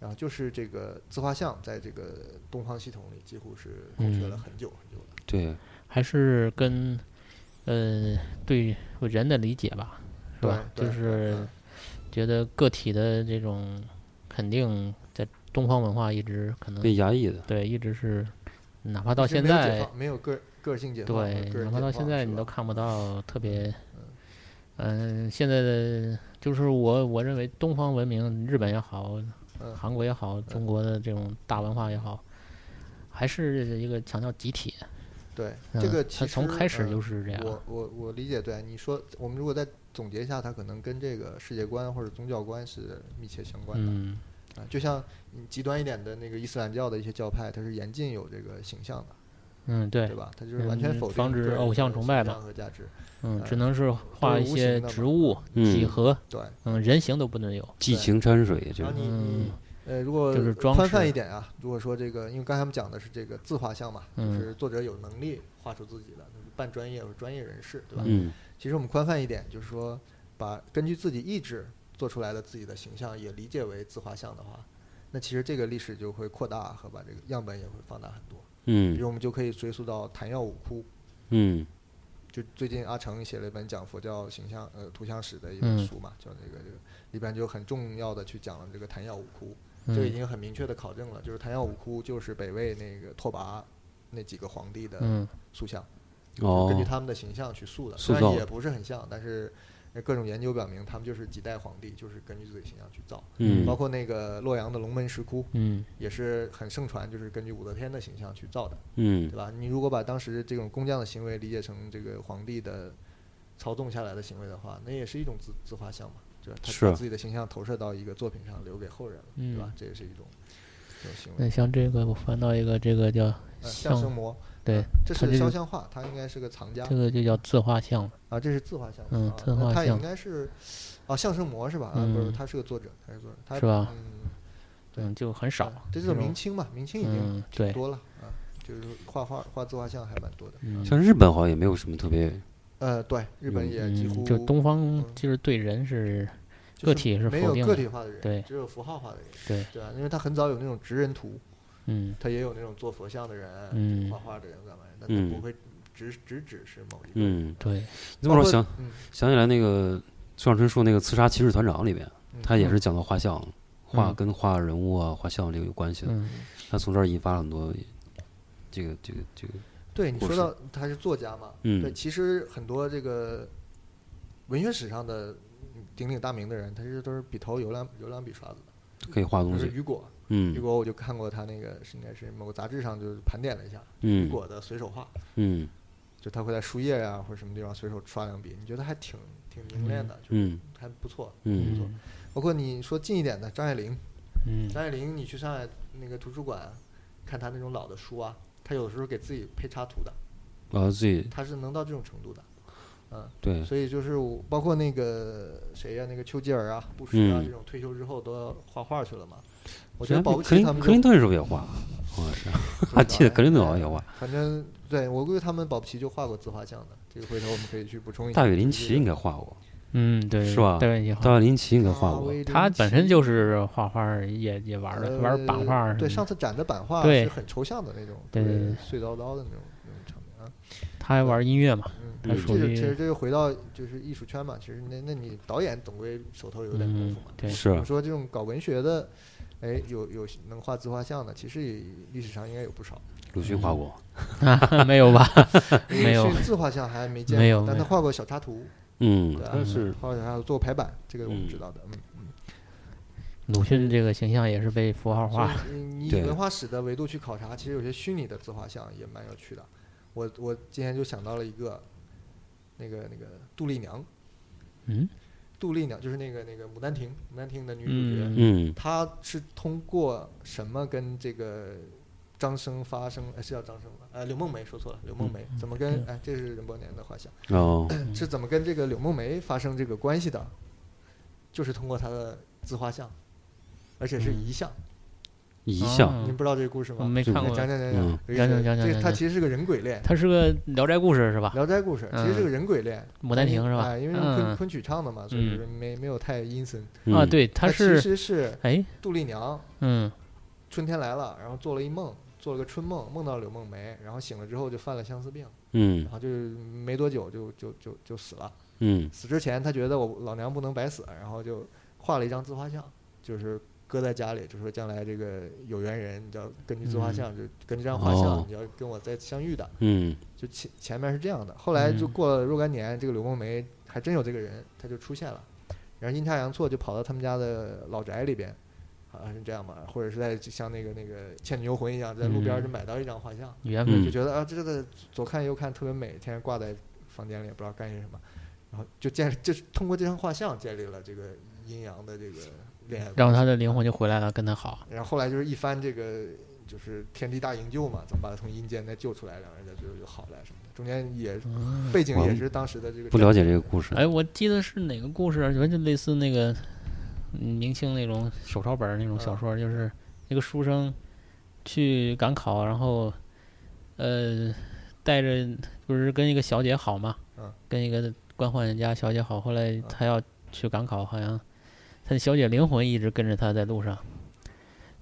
Speaker 4: 然后就是这个自画像，在这个东方系统里几乎是空
Speaker 3: 嗯
Speaker 4: 缺了很久很久的。
Speaker 3: 对，
Speaker 5: 还是跟呃对人的理解吧，是吧？
Speaker 4: 对
Speaker 5: 就
Speaker 4: 对
Speaker 5: 是
Speaker 4: 嗯
Speaker 5: 觉得个体的这种肯定在东方文化一直可能
Speaker 3: 被压抑的，
Speaker 5: 对一直是，哪怕到
Speaker 4: 其实没
Speaker 5: 现
Speaker 4: 有解
Speaker 5: 在
Speaker 4: 放没有个个性解放，
Speaker 5: 对，
Speaker 4: 个人
Speaker 5: 哪怕
Speaker 4: 解放
Speaker 5: 到现在
Speaker 4: 是
Speaker 5: 你
Speaker 4: 吧
Speaker 5: 都看不到特别，嗯、现在的就是我我认为东方文明，日本也好，
Speaker 4: 嗯
Speaker 5: 韩国也好，中国的这种大文化也好，还是一个强调集体。
Speaker 4: 对
Speaker 5: 嗯、
Speaker 4: 这个其
Speaker 5: 它
Speaker 4: 实
Speaker 5: 从开始
Speaker 4: 嗯
Speaker 5: 就是这样。
Speaker 4: 我我我理解，对你说，我们如果再总结一下，它可能跟这个世界观或者宗教观是密切相关的、
Speaker 5: 嗯
Speaker 4: 啊。就像你极端一点的那个伊斯兰教的一些教派，它是严禁有这个形象的，
Speaker 5: 嗯，
Speaker 4: 对
Speaker 5: 对，
Speaker 4: 吧？它就是完全
Speaker 5: 嗯
Speaker 4: 否定
Speaker 5: 防止
Speaker 4: 个人
Speaker 5: 偶像
Speaker 4: 的
Speaker 5: 崇
Speaker 4: 形
Speaker 5: 拜
Speaker 4: 象
Speaker 5: 嘛
Speaker 4: 和价值。
Speaker 5: 嗯，
Speaker 4: 呃
Speaker 5: 只能是画
Speaker 4: 是
Speaker 5: 一
Speaker 4: 无
Speaker 5: 些
Speaker 4: 形的
Speaker 5: 植
Speaker 4: 嘛
Speaker 5: 物、几
Speaker 3: 嗯
Speaker 5: 何，
Speaker 4: 对，
Speaker 5: 嗯，人形都不能有。
Speaker 3: 寄情掺水这
Speaker 4: 然后
Speaker 3: 个，
Speaker 4: 你你
Speaker 5: 嗯
Speaker 4: 呃，如果
Speaker 5: 就是装
Speaker 4: 宽泛
Speaker 5: 饰
Speaker 4: 一点啊，如果说这个，因为刚才我们讲的是这个自画像嘛，
Speaker 5: 嗯
Speaker 4: 就是作者有能力画出自己的，就是半专业或者专业人士，对吧？
Speaker 3: 嗯
Speaker 4: 其实我们宽泛一点，就是说，把根据自己意志做出来的自己的形象也理解为自画像的话，那其实这个历史就会扩大和把这个样本也会放大很多。比
Speaker 3: 嗯
Speaker 4: 如我们就可以追溯到昙曜五窟，
Speaker 3: 嗯
Speaker 4: 就最近阿成写了一本讲佛教形象呃图像史的一
Speaker 5: 嗯
Speaker 4: 本书嘛，叫这个这个里边就很重要的去讲了这个昙曜五窟，这已
Speaker 5: 嗯
Speaker 4: 经很明确的考证了，就是昙曜五窟就是北魏那个拓跋那几个皇帝的
Speaker 5: 嗯
Speaker 4: 塑像。就是根据
Speaker 3: 哦
Speaker 4: 他们的形象去塑的，
Speaker 3: 塑
Speaker 4: 虽
Speaker 3: 造
Speaker 4: 然也不是很像，但是呃各种研究表明，他们就是几代皇帝，就是根据自己形象去造。
Speaker 3: 嗯
Speaker 4: 包括那个洛阳的龙门石窟，
Speaker 5: 嗯
Speaker 4: 也是很盛传，就是根据武则天的形象去造的，
Speaker 3: 嗯
Speaker 4: 对吧？你如果把当时这种工匠的行为理解成这个皇帝的操纵下来的行为的话，那也是一种自自画像嘛，就是
Speaker 3: 是
Speaker 4: 他把自己的形象投射到一个作品上，留给后人了，对吧
Speaker 5: 嗯。？
Speaker 4: 这也是一种这种行为。
Speaker 5: 那像这个，我翻到一个这个叫
Speaker 4: 呃相啊
Speaker 5: 像
Speaker 4: 生模，
Speaker 5: 对，
Speaker 4: 这
Speaker 5: 他
Speaker 4: 是
Speaker 5: 这
Speaker 4: 肖
Speaker 5: 个
Speaker 4: 像画，他应该是个藏家
Speaker 5: 这。个就叫自画像了。
Speaker 4: 啊，这是自画像，
Speaker 5: 嗯
Speaker 4: 啊
Speaker 5: 自
Speaker 4: 那
Speaker 5: 画
Speaker 4: 他也
Speaker 5: 像
Speaker 4: 应该是，啊，相声模是吧？啊，不是，
Speaker 5: 嗯
Speaker 4: 他是个作者，他是作者，他
Speaker 5: 是吧？
Speaker 4: 嗯，对
Speaker 5: 嗯，就很少
Speaker 4: 啊。这就是
Speaker 5: 这种
Speaker 4: 明清嘛，明清已经
Speaker 5: 嗯，对，
Speaker 4: 多了啊，就是画画画自画像还蛮多的。
Speaker 5: 嗯，
Speaker 3: 像日本好像也没有什么特别
Speaker 4: 呃，对，日本也几乎
Speaker 5: 嗯，就东方
Speaker 4: 嗯
Speaker 5: 就是对人是
Speaker 4: 就是
Speaker 5: 个体是
Speaker 4: 没
Speaker 5: 否
Speaker 4: 有
Speaker 5: 定
Speaker 4: 个
Speaker 5: 的
Speaker 4: 体化的人，
Speaker 5: 对
Speaker 4: 只有符号化的人，
Speaker 5: 对
Speaker 4: 对啊，因为他很早有那种职人图，
Speaker 5: 嗯
Speaker 4: 他也有那种做佛像的人、
Speaker 5: 嗯
Speaker 4: 画画的人干嘛的，但他
Speaker 3: 嗯
Speaker 4: 不会只只只是某一个人。
Speaker 3: 嗯，
Speaker 5: 对
Speaker 3: 你这么说
Speaker 4: 包括
Speaker 3: 想
Speaker 4: 嗯
Speaker 3: 想起来那个村上春树那个《刺杀骑士团长》里边，
Speaker 4: 嗯
Speaker 3: 他也是讲到画像，画
Speaker 5: 嗯
Speaker 3: 跟画人物啊、画像这个有关系的。
Speaker 5: 嗯
Speaker 3: 他从这儿引发了很多这个这个这个，
Speaker 4: 对你
Speaker 3: 故
Speaker 4: 说
Speaker 3: 事
Speaker 4: 到他是作家嘛？
Speaker 3: 嗯
Speaker 4: 对，其实很多这个文学史上的鼎鼎大名的人，他这都是笔头有两有两笔刷子的。
Speaker 3: 可以画东
Speaker 4: 就是
Speaker 3: 西。
Speaker 4: 雨果，雨
Speaker 3: 嗯
Speaker 4: 果我就看过他那个是应该是某个杂志上就是盘点了一下雨
Speaker 3: 嗯
Speaker 4: 果的随手画，
Speaker 3: 嗯
Speaker 4: 就他会在树叶呀、或者什么地方随手刷两笔，你觉得还挺挺凝练的，就
Speaker 3: 嗯
Speaker 4: 还不错。
Speaker 3: 嗯
Speaker 4: 错
Speaker 5: 嗯
Speaker 4: 包括你说近一点的张爱玲，
Speaker 5: 嗯
Speaker 4: 张爱玲你去上海那个图书馆看她那种老的书啊，她有的时候给自己配插图的，嗯
Speaker 3: 啊，自己
Speaker 4: 她是能到这种程度的。嗯，
Speaker 3: 对，
Speaker 4: 所以就是我包括那个谁呀、那个丘吉尔啊、布什啊
Speaker 3: 嗯
Speaker 4: 这种退休之后都要画画去了嘛。我觉
Speaker 3: 之前
Speaker 4: 得保不
Speaker 3: 克
Speaker 4: 齐
Speaker 3: 林
Speaker 4: 他们
Speaker 3: 克
Speaker 4: 就
Speaker 3: 林顿是不是也画？好像是，还 *laughs* 记
Speaker 4: 哎
Speaker 3: 得克林顿好像也画。
Speaker 4: 反正对我估计他们保不齐就画过自画像的。这个回头我们可以去补充一下。
Speaker 3: 大卫林奇应该画过，
Speaker 5: 嗯，对，
Speaker 3: 是吧
Speaker 5: 戴维奇
Speaker 3: 大
Speaker 5: 画，
Speaker 3: 卫林奇应该画
Speaker 4: 大
Speaker 3: 过
Speaker 4: 卫。林
Speaker 5: 他本身
Speaker 4: 奇
Speaker 5: 就是画画，也也玩儿的，玩儿版画
Speaker 4: 呃
Speaker 5: 儿什
Speaker 4: 对，
Speaker 5: 么的，
Speaker 4: 上次展的版画
Speaker 5: 对
Speaker 4: 是很抽象的那种，
Speaker 5: 对
Speaker 4: 就是
Speaker 5: 对对
Speaker 4: 碎叨叨的那种那种场面啊。
Speaker 5: 他还玩儿音乐嘛，
Speaker 4: 嗯，
Speaker 5: 他
Speaker 4: 这
Speaker 5: 属
Speaker 4: 就
Speaker 5: 于
Speaker 4: 其实这就回到就是艺术圈嘛，其实那那你导演总归手头有点功
Speaker 5: 嗯
Speaker 4: 夫嘛。，
Speaker 5: 对，
Speaker 3: 是
Speaker 4: 我们说这种搞文学的，哎，有有能画自画像的，其实也历史上应该有不少。
Speaker 3: 鲁迅画过，
Speaker 4: *laughs*
Speaker 5: *laughs* 没有吧？没有
Speaker 4: 鲁迅自画像还没
Speaker 5: 没
Speaker 4: 见
Speaker 5: 有
Speaker 4: 过，但
Speaker 5: 没
Speaker 4: 他
Speaker 5: 有
Speaker 4: 画过小插图，
Speaker 3: 嗯，
Speaker 4: 对啊
Speaker 3: 他是
Speaker 4: 画过小插图做过排版，这个我
Speaker 3: 嗯
Speaker 4: 们知道的。嗯，
Speaker 5: 鲁迅这个形象也是被符号
Speaker 4: 所
Speaker 5: 化，
Speaker 4: 以你以
Speaker 3: 对
Speaker 4: 文化史的维度去考察，其实有些虚拟的自画像也蛮有趣的。我我今天就想到了一个，那个那个杜丽娘，
Speaker 5: 嗯
Speaker 4: 杜丽娘就是那个那个《牡丹亭》《牡丹亭》的女主角，
Speaker 5: 嗯
Speaker 3: 嗯
Speaker 4: 她是通过什么跟这个张生发生？呃，是叫张生吧？呃，柳梦梅说错了，柳
Speaker 5: 嗯
Speaker 4: 梦梅怎么跟？哎，这是任伯年的画像，
Speaker 3: 哦
Speaker 4: 是怎么跟这个柳梦梅发生这个关系的？就是通过她的自画像，而且是遗像。
Speaker 3: 遗像，
Speaker 5: 嗯
Speaker 4: 您不知道这个故事
Speaker 5: 我
Speaker 4: 吗？
Speaker 5: 没
Speaker 3: 这
Speaker 5: 看
Speaker 4: 来
Speaker 5: 过。
Speaker 4: 讲讲讲
Speaker 3: 嗯
Speaker 4: 讲有意
Speaker 5: 讲
Speaker 4: 思
Speaker 5: 讲讲讲
Speaker 4: 这
Speaker 5: 讲
Speaker 4: 它
Speaker 5: 讲
Speaker 4: 其实是个人鬼恋，
Speaker 5: 它是个《聊斋故事》是吧？
Speaker 4: 《聊斋故事》其实是个人鬼恋，
Speaker 5: 嗯牡丹亭是吧
Speaker 4: 哎因为是
Speaker 5: 嗯
Speaker 4: 昆昆曲唱的嘛，所以就是没没有太阴森。
Speaker 3: 嗯
Speaker 5: 啊，，对，它
Speaker 4: 其
Speaker 5: 是
Speaker 4: 实是
Speaker 5: 哎，
Speaker 4: 杜丽娘
Speaker 5: 嗯
Speaker 4: 春天来了，然后做了一梦，做了个春梦，梦到柳梦梅，然后醒了之后就犯了相思病，
Speaker 3: 嗯
Speaker 4: 然后就没多久就就就就死了。
Speaker 3: 嗯
Speaker 4: 死之前她觉得我老娘不能白死，然后就画了一张自画像，就是。搁在家里，就说将来这个有缘人，你要根据自画像，就根据这张画
Speaker 3: 哦
Speaker 4: 像，你要跟我再相遇的。
Speaker 3: 嗯
Speaker 4: 就前前面是这样的，后来就
Speaker 5: 嗯
Speaker 4: 过了若干年，这个柳梦梅还真有这个人，他就出现了，然后阴差阳错就跑到他们家的老宅里边，好像是这样吧，或者是在像那个那个《倩女幽魂》一样，在路边儿就
Speaker 5: 嗯
Speaker 4: 买到一张画像，
Speaker 5: 缘
Speaker 3: 嗯
Speaker 5: 分
Speaker 4: 就觉得啊，这个左看右看特别美，天天挂在房间里也不知道干些什么，然后就建就是通过这张画像建立了这个阴阳的这个恋爱关系，
Speaker 5: 让他的灵魂就回来了，跟他好。
Speaker 4: 然后后来就是一番这个就是天地大营救嘛，怎么把他从阴间再救出来，两个人再最后就好了什么的。中间也
Speaker 5: 嗯，
Speaker 4: 背景
Speaker 3: 我
Speaker 4: 也是当时的这个
Speaker 3: 不了解这个故事。
Speaker 5: 哎，我记得是哪个故事，啊反正就类似那个嗯明清那种手抄本儿那种小
Speaker 4: 嗯
Speaker 5: 说，就是一个书生去赶考，然后呃带着不是跟一个小姐好嘛，
Speaker 4: 嗯
Speaker 5: 跟一个官宦人家小姐好，后来
Speaker 4: 嗯
Speaker 5: 他要去赶考，好像他的小姐灵魂一直跟着他在路上，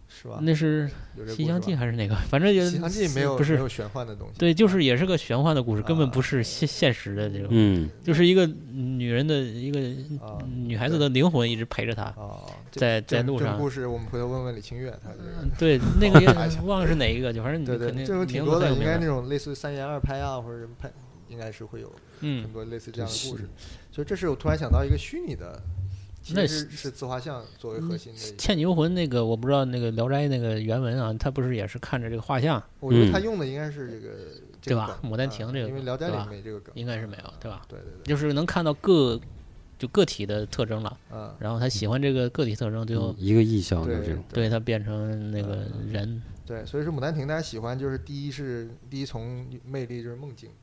Speaker 4: 是吧？
Speaker 5: 那是
Speaker 4: 有
Speaker 5: 《
Speaker 4: 啊这
Speaker 5: 西
Speaker 4: 故
Speaker 5: 厢
Speaker 4: 事
Speaker 5: 记》
Speaker 4: 吧
Speaker 5: 还是哪个？反正就是
Speaker 4: 西厢记没有
Speaker 5: 不
Speaker 4: 没
Speaker 5: 是
Speaker 4: 有玄幻的东西，
Speaker 5: 对，就是也是个玄幻的故事，根本
Speaker 4: 啊
Speaker 5: 不是现现实的这种，
Speaker 3: 嗯
Speaker 5: 就是一个女人的一个
Speaker 4: 啊
Speaker 5: 女孩子的灵魂一直陪着他。
Speaker 4: 哦，这
Speaker 5: 嗯在
Speaker 4: 这
Speaker 5: 在路
Speaker 4: 这种
Speaker 5: 上
Speaker 4: 故事我们回头问问李清月，他这
Speaker 5: 嗯
Speaker 4: 个，
Speaker 5: 对，那个也
Speaker 4: 查一下
Speaker 5: 忘了是哪一个，就反嗯正你
Speaker 4: 对
Speaker 5: 肯
Speaker 4: 对，
Speaker 5: 定
Speaker 4: 这种挺
Speaker 5: 名
Speaker 4: 多
Speaker 5: 字很
Speaker 4: 的，
Speaker 5: 有
Speaker 4: 应
Speaker 5: 名
Speaker 4: 该
Speaker 5: 儿
Speaker 4: 那种类似于三言二拍啊，或者什么拍，应该是会有
Speaker 5: 嗯
Speaker 4: 很，多类似这样的故
Speaker 5: 是
Speaker 4: 事。所以这是我突然想到一个虚拟的，其
Speaker 5: 那
Speaker 4: 实是
Speaker 5: 是嗯
Speaker 4: 是自画像作为核心的一
Speaker 5: 《
Speaker 4: 个，
Speaker 5: 倩女幽魂》那个我不知道那个《聊斋》那个原文啊，他不是也是看着这个画像，
Speaker 4: 我觉得
Speaker 3: 嗯
Speaker 4: 他用的应该是这个这
Speaker 5: 对
Speaker 4: 个
Speaker 5: 吧
Speaker 4: 梗
Speaker 5: 牡丹
Speaker 4: 啊
Speaker 5: 亭这个
Speaker 4: 因为《
Speaker 5: 梗
Speaker 4: 聊斋》
Speaker 5: 对
Speaker 4: 里
Speaker 5: 吧
Speaker 4: 没这个梗，
Speaker 5: 应该是没有，对吧？
Speaker 4: 对对对，
Speaker 5: 就是能看到个就个体的特征了，
Speaker 4: 嗯，
Speaker 5: 然后他喜欢这个个体特征，最后
Speaker 3: 一个意象就是这
Speaker 4: 对嗯
Speaker 3: 种，
Speaker 5: 对他变成那个人，
Speaker 4: 对，所以说《牡丹亭》大家喜欢，就是第一是第一重魅力就是梦境，就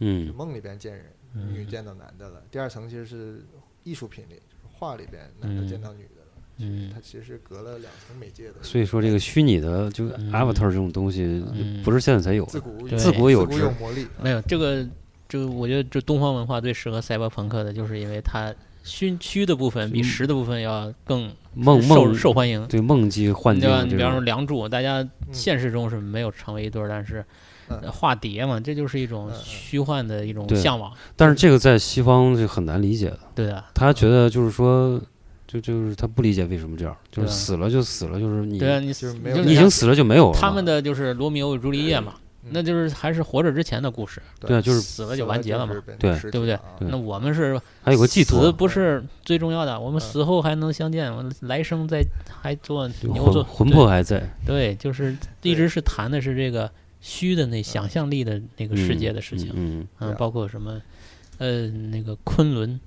Speaker 3: 嗯
Speaker 4: 梦里边见人，
Speaker 5: 嗯
Speaker 4: 女见到男的了；第二层其实是艺术品里，就是画里边男的见到女的了。
Speaker 5: 嗯
Speaker 4: 它其实是隔了两层媒介的。
Speaker 3: 所以说这个虚拟的就
Speaker 5: 嗯
Speaker 3: avatar 这种东西
Speaker 5: 嗯
Speaker 3: 不是现在才有的，
Speaker 4: 自古
Speaker 5: 对
Speaker 4: 有
Speaker 5: 自
Speaker 3: 古有
Speaker 4: 自古
Speaker 3: 之
Speaker 4: 有魔力。
Speaker 5: 没有这个就我觉得就东方文化最适合赛博朋克的，就是因为它虚虚的部分比实的部分要更
Speaker 3: 梦
Speaker 5: 受
Speaker 3: 梦
Speaker 5: 受欢迎。
Speaker 3: 对梦境幻境嗯
Speaker 5: 对吧？
Speaker 3: 这
Speaker 5: 你
Speaker 3: 种，
Speaker 5: 比方说《梁祝》，大家现实中是没有成为一对儿，但是
Speaker 4: 嗯
Speaker 5: 呃化蝶嘛，这就是一种
Speaker 4: 嗯嗯
Speaker 5: 虚幻的一种
Speaker 3: 对
Speaker 5: 向往，
Speaker 3: 但是这个在西方是很难理解的，
Speaker 5: 对的，
Speaker 3: 他觉得就是说，就就是他不理解为什么这样，就是
Speaker 5: 对啊
Speaker 3: 死了就死了，就是你
Speaker 5: 对啊，你
Speaker 4: 就是
Speaker 5: 你
Speaker 4: 没有
Speaker 5: 就
Speaker 4: 人
Speaker 3: 你已
Speaker 5: 是
Speaker 3: 经死了就没有了嘛，
Speaker 5: 他们的就是罗密欧与朱丽叶嘛，
Speaker 4: 嗯
Speaker 5: 那就是还是活着之前的故事，
Speaker 3: 对啊，就是
Speaker 5: 死了就完结了嘛。
Speaker 3: 对
Speaker 5: 对不对
Speaker 4: 啊
Speaker 3: 对
Speaker 5: 那我们是
Speaker 3: 还有个寄
Speaker 5: 死
Speaker 3: 托，
Speaker 5: 不是最重要的，我们
Speaker 4: 嗯
Speaker 5: 死后还能相见，我来生再还做
Speaker 3: 就
Speaker 5: 牛做
Speaker 3: 魂魂魄还在，
Speaker 5: 对，对就是一
Speaker 4: 对
Speaker 5: 直是谈的是这个虚的那想象力的那个世界的事情，
Speaker 3: 嗯，嗯
Speaker 5: 嗯，
Speaker 4: 对啊
Speaker 5: 包括什么呃那个昆仑，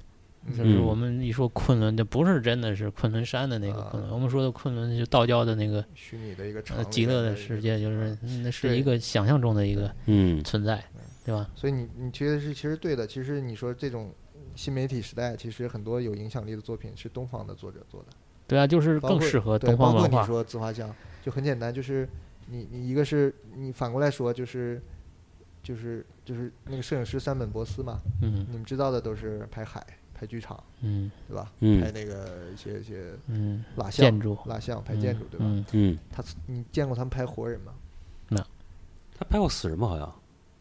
Speaker 5: 就是
Speaker 3: 嗯
Speaker 5: 我们一说昆仑，这不是真的是昆仑山的那个昆仑，我们说的昆仑就道教的那个
Speaker 4: 虚拟的一个场
Speaker 5: 呃
Speaker 4: 景
Speaker 5: 极乐
Speaker 4: 的
Speaker 5: 的
Speaker 4: 一
Speaker 5: 世
Speaker 4: 个啊
Speaker 5: 界，就是那是
Speaker 4: 对
Speaker 5: 一个想象中的一个
Speaker 3: 嗯嗯，
Speaker 5: 存在，对吧？
Speaker 4: 所以你你觉得是其实对的。其实你说这种新媒体时代，其实很多有影响力的作品是东方的作者做的，
Speaker 5: 对啊，就是
Speaker 4: 包
Speaker 5: 更
Speaker 4: 括
Speaker 5: 适合
Speaker 4: 对，
Speaker 5: 东
Speaker 4: 包
Speaker 5: 方
Speaker 4: 括
Speaker 5: 文
Speaker 4: 你
Speaker 5: 化，
Speaker 4: 说自画像，就很简单，就是你你一个是你反过来说就是。就是就是那个摄影师山本博司嘛，
Speaker 5: 嗯
Speaker 4: 你们知道的都是拍海、拍剧场，
Speaker 5: 嗯
Speaker 4: 对吧？拍
Speaker 3: 嗯
Speaker 4: 那个一些一些
Speaker 5: 嗯，
Speaker 4: 蜡像、
Speaker 5: 建筑
Speaker 4: 蜡像拍建筑，对吧？
Speaker 5: 嗯，
Speaker 3: 嗯，
Speaker 4: 他你见过他们拍活人吗？
Speaker 3: 他拍过死人吧？好像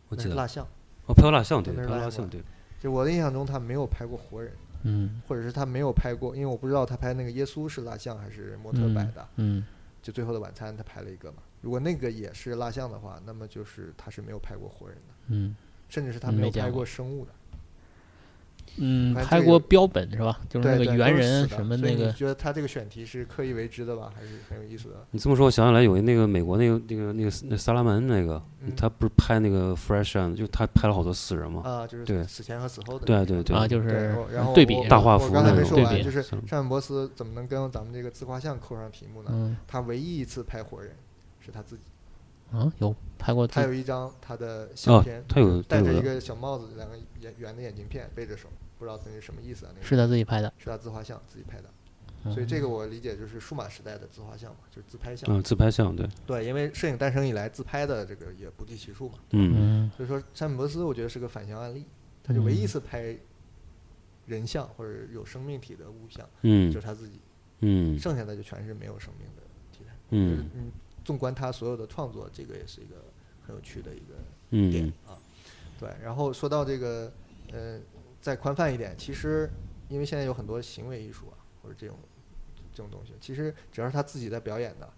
Speaker 3: 我
Speaker 4: 那
Speaker 3: 记
Speaker 4: 是
Speaker 3: 得，
Speaker 4: 蜡像。
Speaker 3: 哦，拍过蜡像，对，拍
Speaker 4: 那是
Speaker 3: 过
Speaker 4: 蜡
Speaker 3: 蜡
Speaker 4: 像
Speaker 3: 像，对，
Speaker 4: 就我的印象中，他没有拍过活人，
Speaker 5: 嗯
Speaker 4: 或者是他没有拍过，因为我不知道他拍那个耶稣是蜡像还是模特摆的。
Speaker 5: 嗯
Speaker 4: 就《最后的晚餐》，他拍了一个嘛。如果那个也是蜡像的话，那么就是他是没有拍过活人的，
Speaker 5: 嗯
Speaker 4: 甚至是他
Speaker 5: 没
Speaker 4: 没有
Speaker 5: 见
Speaker 4: 拍
Speaker 5: 过
Speaker 4: 过生物的。
Speaker 5: 嗯，
Speaker 4: 反正
Speaker 5: 拍
Speaker 4: 这
Speaker 5: 过
Speaker 4: 个
Speaker 5: 标本是吧？就是那
Speaker 4: 对
Speaker 5: 个
Speaker 4: 对，
Speaker 5: 猿
Speaker 4: 都是
Speaker 5: 人
Speaker 4: 死的
Speaker 5: 什么
Speaker 4: 所
Speaker 5: 那
Speaker 4: 以
Speaker 5: 个
Speaker 4: 你，觉得他这个选题是刻意为之的吧？还是很有意思的。
Speaker 3: 你这么说，我想起来有那个美国那个那个那个那萨拉门那个，
Speaker 4: 嗯
Speaker 3: 他不是拍那个 Fresh and 就他拍了好多死人嘛？
Speaker 4: 啊，就
Speaker 3: 对
Speaker 4: 是死前和死后的。
Speaker 3: 对啊对对
Speaker 5: 啊，就是
Speaker 4: 对，我然后
Speaker 5: 对比
Speaker 4: 我
Speaker 5: 是
Speaker 3: 大
Speaker 5: 吧
Speaker 3: 画
Speaker 4: 我
Speaker 3: 幅
Speaker 4: 刚才
Speaker 3: 那
Speaker 4: 没
Speaker 3: 种
Speaker 4: 说
Speaker 5: 对
Speaker 4: 完，
Speaker 5: 比
Speaker 4: 就是
Speaker 3: 是
Speaker 4: 山本博斯怎么能跟咱们这个自画像扣上题目呢？
Speaker 5: 嗯
Speaker 4: 他唯一一次拍活人是他自己，
Speaker 5: 啊有拍过
Speaker 4: 他
Speaker 5: 自
Speaker 4: 有一张他的相
Speaker 3: 哦
Speaker 4: 片，，
Speaker 3: 他有他
Speaker 4: 戴
Speaker 3: 有
Speaker 4: 着一
Speaker 3: 的，
Speaker 4: 个小帽子，两个眼圆的眼镜片，背着手，不知道那是什么意思啊？那个
Speaker 5: 是他自己拍的，
Speaker 4: 是他自画像自己拍的，
Speaker 5: 嗯
Speaker 4: 所以这个我理解就是数码时代的自画像嘛，就是自拍像。
Speaker 3: 嗯，自拍像，对，
Speaker 4: 对，因为摄影诞生以来，自拍的这个也不计其数嘛。
Speaker 3: 嗯
Speaker 5: 嗯
Speaker 4: 所以说，山本博斯我觉得是个反向案例，他就唯一一次拍人像或者有生命体的物像，就
Speaker 3: 嗯
Speaker 4: 是他自己。
Speaker 3: 嗯
Speaker 4: 剩下的就全是没有生命的题材。就是
Speaker 3: 嗯
Speaker 4: 你纵观他所有的创作，这个也是一个很有趣的一个点
Speaker 3: 嗯
Speaker 4: 啊。对，然后说到这个，呃，再宽泛一点，其实因为现在有很多行为艺术啊，或者这种这种东西，其实只要是他自己在表演的，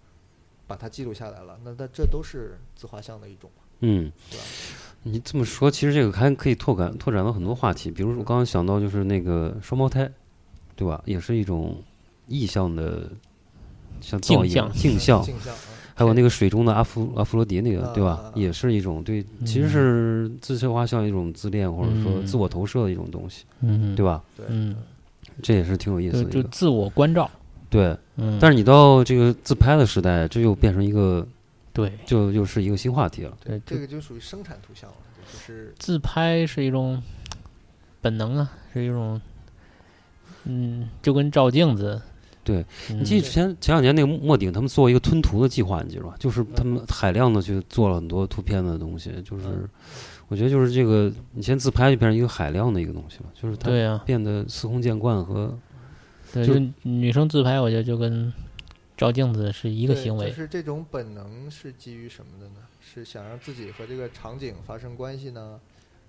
Speaker 4: 把它记录下来了，那他这都是自画像的一种嘛，
Speaker 3: 嗯
Speaker 4: 对吧？
Speaker 3: 你这么说，其实这个还可以拓展拓展到很多话题，比如说我刚刚想到就是那个双胞胎，对吧？也是一种意象的，像造
Speaker 5: 镜
Speaker 3: 影
Speaker 5: 像
Speaker 3: 镜像，
Speaker 4: 镜像啊，
Speaker 3: 还有那个水中的阿芙阿芙罗狄那个，对
Speaker 4: 啊啊
Speaker 3: 吧
Speaker 4: 啊？
Speaker 3: 也是一种对，其实
Speaker 5: 嗯
Speaker 3: 是自身画像一种自恋或者说
Speaker 5: 嗯
Speaker 3: 自我投射的一种东西，
Speaker 5: 嗯
Speaker 3: 对吧？
Speaker 4: 对，
Speaker 5: 嗯
Speaker 3: 这也是挺有意思
Speaker 5: 就
Speaker 3: 的
Speaker 5: 就
Speaker 3: 一个。
Speaker 5: 自我关照，
Speaker 3: 对，
Speaker 5: 嗯，
Speaker 3: 但是你到这个自拍的时代，这又变成一个，
Speaker 5: 对
Speaker 3: 就又是一个新话题了。
Speaker 5: 对，
Speaker 4: 这
Speaker 5: 就
Speaker 4: 个就属于生产图像了，就是
Speaker 5: 自拍是一种本能啊，是一种，嗯，就跟照镜子，
Speaker 3: 对
Speaker 5: 嗯，
Speaker 3: 你记得之前前两年那个莫顶他们做一个吞图的计划，你记住吧？就是
Speaker 4: 嗯
Speaker 3: 他们海量的去做了很多图片的东西，就是
Speaker 4: 嗯
Speaker 3: 我觉得就是这个，你先自拍就变成一个海量的一个东西了，就是它
Speaker 5: 对呀、啊，
Speaker 3: 变得司空见惯和
Speaker 5: 对，
Speaker 3: 就
Speaker 5: 就女生自拍，我觉得就跟照镜子是一
Speaker 4: 一
Speaker 5: 个行为
Speaker 4: 就，是这种本能是基于什么的呢？是想让自己和这个场景发生关系呢，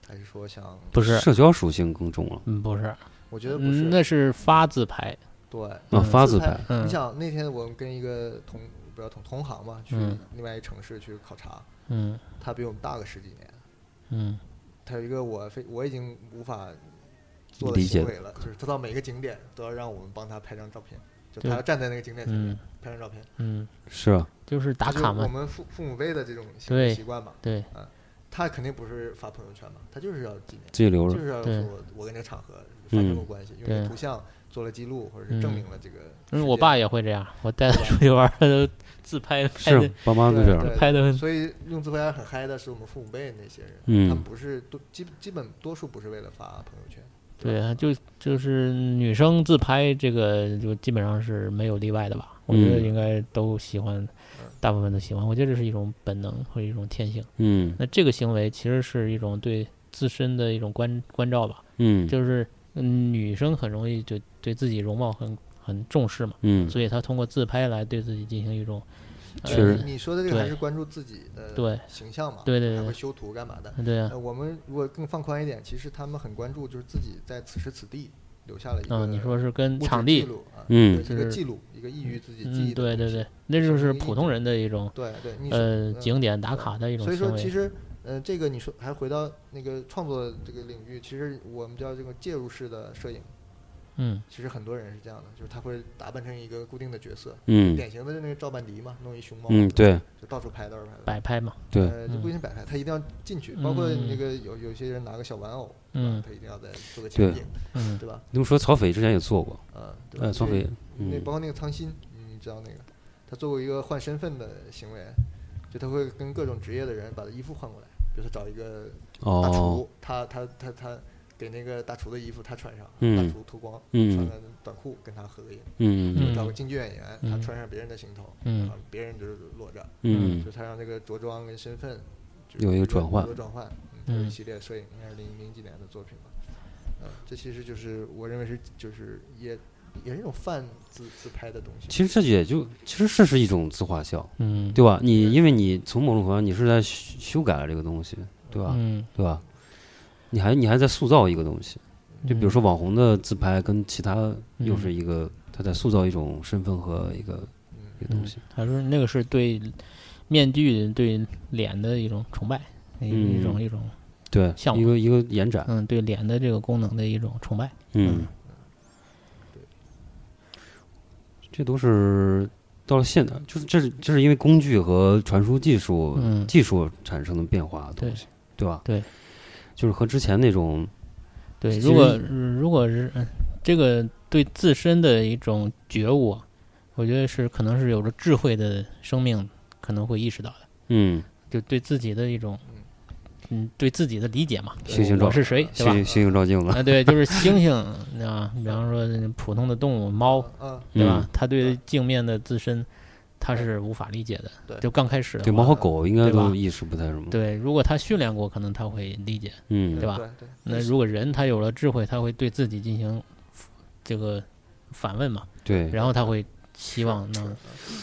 Speaker 4: 还是说想？
Speaker 5: 不是，
Speaker 3: 社交属性更重了。
Speaker 5: 嗯，不是，
Speaker 4: 我觉得不是，
Speaker 5: 嗯，那是发自拍，
Speaker 4: 对。
Speaker 3: 啊，
Speaker 5: 嗯
Speaker 3: 发自
Speaker 4: 自
Speaker 3: 拍，
Speaker 5: 嗯
Speaker 4: 你想那天我跟一个同不要同同行嘛，去
Speaker 5: 嗯
Speaker 4: 另外一城市去考察，
Speaker 5: 嗯
Speaker 4: 他比我们大个十几年，
Speaker 5: 嗯
Speaker 4: 他有一个我非我已经无法做的
Speaker 3: 理解
Speaker 4: 行为了，就是他到每个景点都要让我们帮他拍张照片，就他
Speaker 5: 对
Speaker 4: 要站在那个景点前面、
Speaker 5: 嗯
Speaker 4: 拍张照片，
Speaker 5: 嗯，
Speaker 3: 是啊，
Speaker 5: 就是打
Speaker 4: 这就
Speaker 5: 卡
Speaker 4: 我
Speaker 5: 嘛，
Speaker 4: 们父父母辈的这种行
Speaker 5: 对
Speaker 4: 为习惯嘛，嗯
Speaker 5: 对，
Speaker 4: 他肯定不是发朋友圈嘛，他就是要纪念。
Speaker 3: 自己留
Speaker 4: 就
Speaker 3: 着。
Speaker 4: 是要
Speaker 5: 对嗯
Speaker 4: 说我我跟这个场合发生过关系，用这
Speaker 5: 对
Speaker 4: 个图像做了记录，或者是证明了这个事件。
Speaker 5: 嗯，我爸也会这样，我带他出去玩儿，他都自拍拍
Speaker 3: 是
Speaker 5: 的
Speaker 3: 爸妈都
Speaker 4: 哎对
Speaker 3: 这样
Speaker 4: 对。
Speaker 5: 拍的
Speaker 4: 所以用自拍很嗨的是我们父母辈那些人，
Speaker 3: 嗯
Speaker 4: 他们不是多基基本多数不是为了发朋友圈，
Speaker 5: 对啊，就就是女生自拍这个，就基本上是没有例外的吧？我觉得
Speaker 3: 嗯
Speaker 5: 应该都喜欢，
Speaker 4: 嗯
Speaker 5: 大部分都喜欢。我觉得这是一种本能或者一种天性。
Speaker 3: 嗯
Speaker 5: 那这个行为其实是一种对自身的一种关关照吧。
Speaker 3: 嗯
Speaker 5: 就是嗯女生很容易就对自己容貌很很重视嘛，
Speaker 3: 嗯
Speaker 5: 所以她通过自拍来对自己进行一种，呃、
Speaker 3: 确实
Speaker 4: 你说的这个还
Speaker 5: 对
Speaker 4: 是关注自己的
Speaker 5: 对
Speaker 4: 形象嘛，
Speaker 5: 对对对
Speaker 4: 还会
Speaker 5: 对
Speaker 4: 修图干嘛的。
Speaker 5: 对啊
Speaker 4: 呃，，我们如果更放宽一点，其实他们很关注，就是自己在此时此地留下了一个
Speaker 5: 啊、你说是跟
Speaker 4: 物质
Speaker 5: 场
Speaker 4: 记
Speaker 5: 地，
Speaker 4: 录啊，
Speaker 3: 嗯
Speaker 4: 对一个
Speaker 5: 是
Speaker 4: 记录，一个异于自己记
Speaker 5: 嗯，
Speaker 4: 忆的
Speaker 5: 对
Speaker 4: 东
Speaker 5: 对
Speaker 4: 西，
Speaker 5: 对，那就是普通人的一种
Speaker 4: 对对，你说
Speaker 5: 呃
Speaker 4: 嗯
Speaker 5: 景点打卡的一种
Speaker 4: 所以
Speaker 5: 行
Speaker 4: 说，其
Speaker 5: 为，
Speaker 4: 实，呃，这个你说还回到那个创作这个领域，其实我们叫这个介入式的摄影，
Speaker 5: 嗯
Speaker 4: 其实很多人是这样的，就是他会打扮成一个固定的角色，
Speaker 3: 嗯
Speaker 4: 典型的就那个赵半迪嘛，弄一熊猫，
Speaker 3: 嗯，，对
Speaker 4: 就到处拍，到处拍，
Speaker 5: 摆拍嘛，
Speaker 3: 对，
Speaker 4: 呃，就不
Speaker 5: 嗯
Speaker 4: 一定摆拍，他一定要进去，包括
Speaker 5: 嗯
Speaker 4: 那个有有些人拿个小玩偶，对吧
Speaker 5: 嗯
Speaker 4: 他一定要在做个
Speaker 3: 对
Speaker 4: 前景，
Speaker 5: 嗯
Speaker 4: 对吧？
Speaker 3: 那么说曹斐之前也做过，
Speaker 4: 呃，对吧
Speaker 3: 呃，？曹
Speaker 4: 所以
Speaker 3: 斐，
Speaker 4: 那
Speaker 3: 嗯
Speaker 4: 包括那个苍心，你知道那个，他做过一个换身份的行为，就他会跟各种职业的人把他衣服换过来，比如说找一个大
Speaker 3: 哦，
Speaker 4: 厨，他他他他给那个大厨的衣服他穿上，
Speaker 3: 嗯
Speaker 4: 大厨脱光，穿
Speaker 3: 嗯
Speaker 4: 个短裤跟他合个影，
Speaker 3: 嗯
Speaker 5: 嗯
Speaker 4: 找个京剧演员，他
Speaker 5: 嗯
Speaker 4: 穿上别人的行头，
Speaker 5: 嗯
Speaker 4: 然后别人就是裸着，
Speaker 3: 嗯
Speaker 4: 就他让这个着装跟身份就是
Speaker 3: 有一个转换
Speaker 4: 有一个转换，嗯，这是一
Speaker 5: 嗯
Speaker 4: 系列摄影，应该是零零几年的作品吧，呃，这其实就是我认为是就是也也是一种泛自自拍的东西，
Speaker 3: 其实这也就其实这是一种自画像，
Speaker 5: 嗯
Speaker 3: 对吧？你
Speaker 4: 对
Speaker 3: 因为你从某种程度上你是在修修改了这个东西，对吧？
Speaker 5: 嗯，
Speaker 3: 对吧？你还你还在塑造一个东西，就
Speaker 5: 嗯
Speaker 3: 比如说网红的自拍跟其他又是一个，他在塑造一种身份和一个
Speaker 4: 嗯，
Speaker 3: 一个
Speaker 5: 嗯
Speaker 3: 东西。，
Speaker 5: 他说那个是对面具对脸的一种崇拜，一一种
Speaker 3: 嗯
Speaker 5: 一种
Speaker 3: 对，
Speaker 5: 项目
Speaker 3: 一个一个延展，
Speaker 5: 嗯对脸的这个功能的一种崇拜，
Speaker 3: 嗯，
Speaker 5: 嗯
Speaker 3: 这都是到了现在，就是这是这是因为工具和传输技术、
Speaker 5: 嗯
Speaker 3: 技术产生的变化的
Speaker 5: 对
Speaker 3: 东西，对吧？
Speaker 5: 对，
Speaker 3: 就是和之前那种，
Speaker 5: 对，
Speaker 3: 其
Speaker 5: 如果
Speaker 3: 实
Speaker 5: 如果是嗯这个对自身的一种觉悟啊，我觉得是可能是有着智慧的生命可能会意识到的，
Speaker 3: 嗯，
Speaker 5: 就对自己的一种
Speaker 4: 嗯，
Speaker 5: 嗯，对自己的理解嘛，
Speaker 3: 星星照
Speaker 5: 我是谁，对
Speaker 3: 星
Speaker 5: 吧？
Speaker 3: 星星照镜了，
Speaker 5: *laughs* 啊，对，就是猩猩啊，比方说普通的动物猫，
Speaker 4: 嗯，
Speaker 5: 对吧
Speaker 3: 嗯？
Speaker 5: 它对
Speaker 4: 对
Speaker 5: 镜面的自身，它是无法理解的。
Speaker 4: 对
Speaker 5: 就刚开始的
Speaker 3: 嗯对，
Speaker 5: 话
Speaker 3: 猫和狗应该
Speaker 5: 对吧
Speaker 3: 都意识不太什么，
Speaker 5: 对，如果它训练过，可能它会理解。
Speaker 3: 嗯，
Speaker 5: 对吧
Speaker 4: 对对，
Speaker 5: 那如果人他有了智慧，他会对自己进行这个反问嘛，
Speaker 3: 对，
Speaker 5: 然后他会希望
Speaker 4: 是
Speaker 5: 能。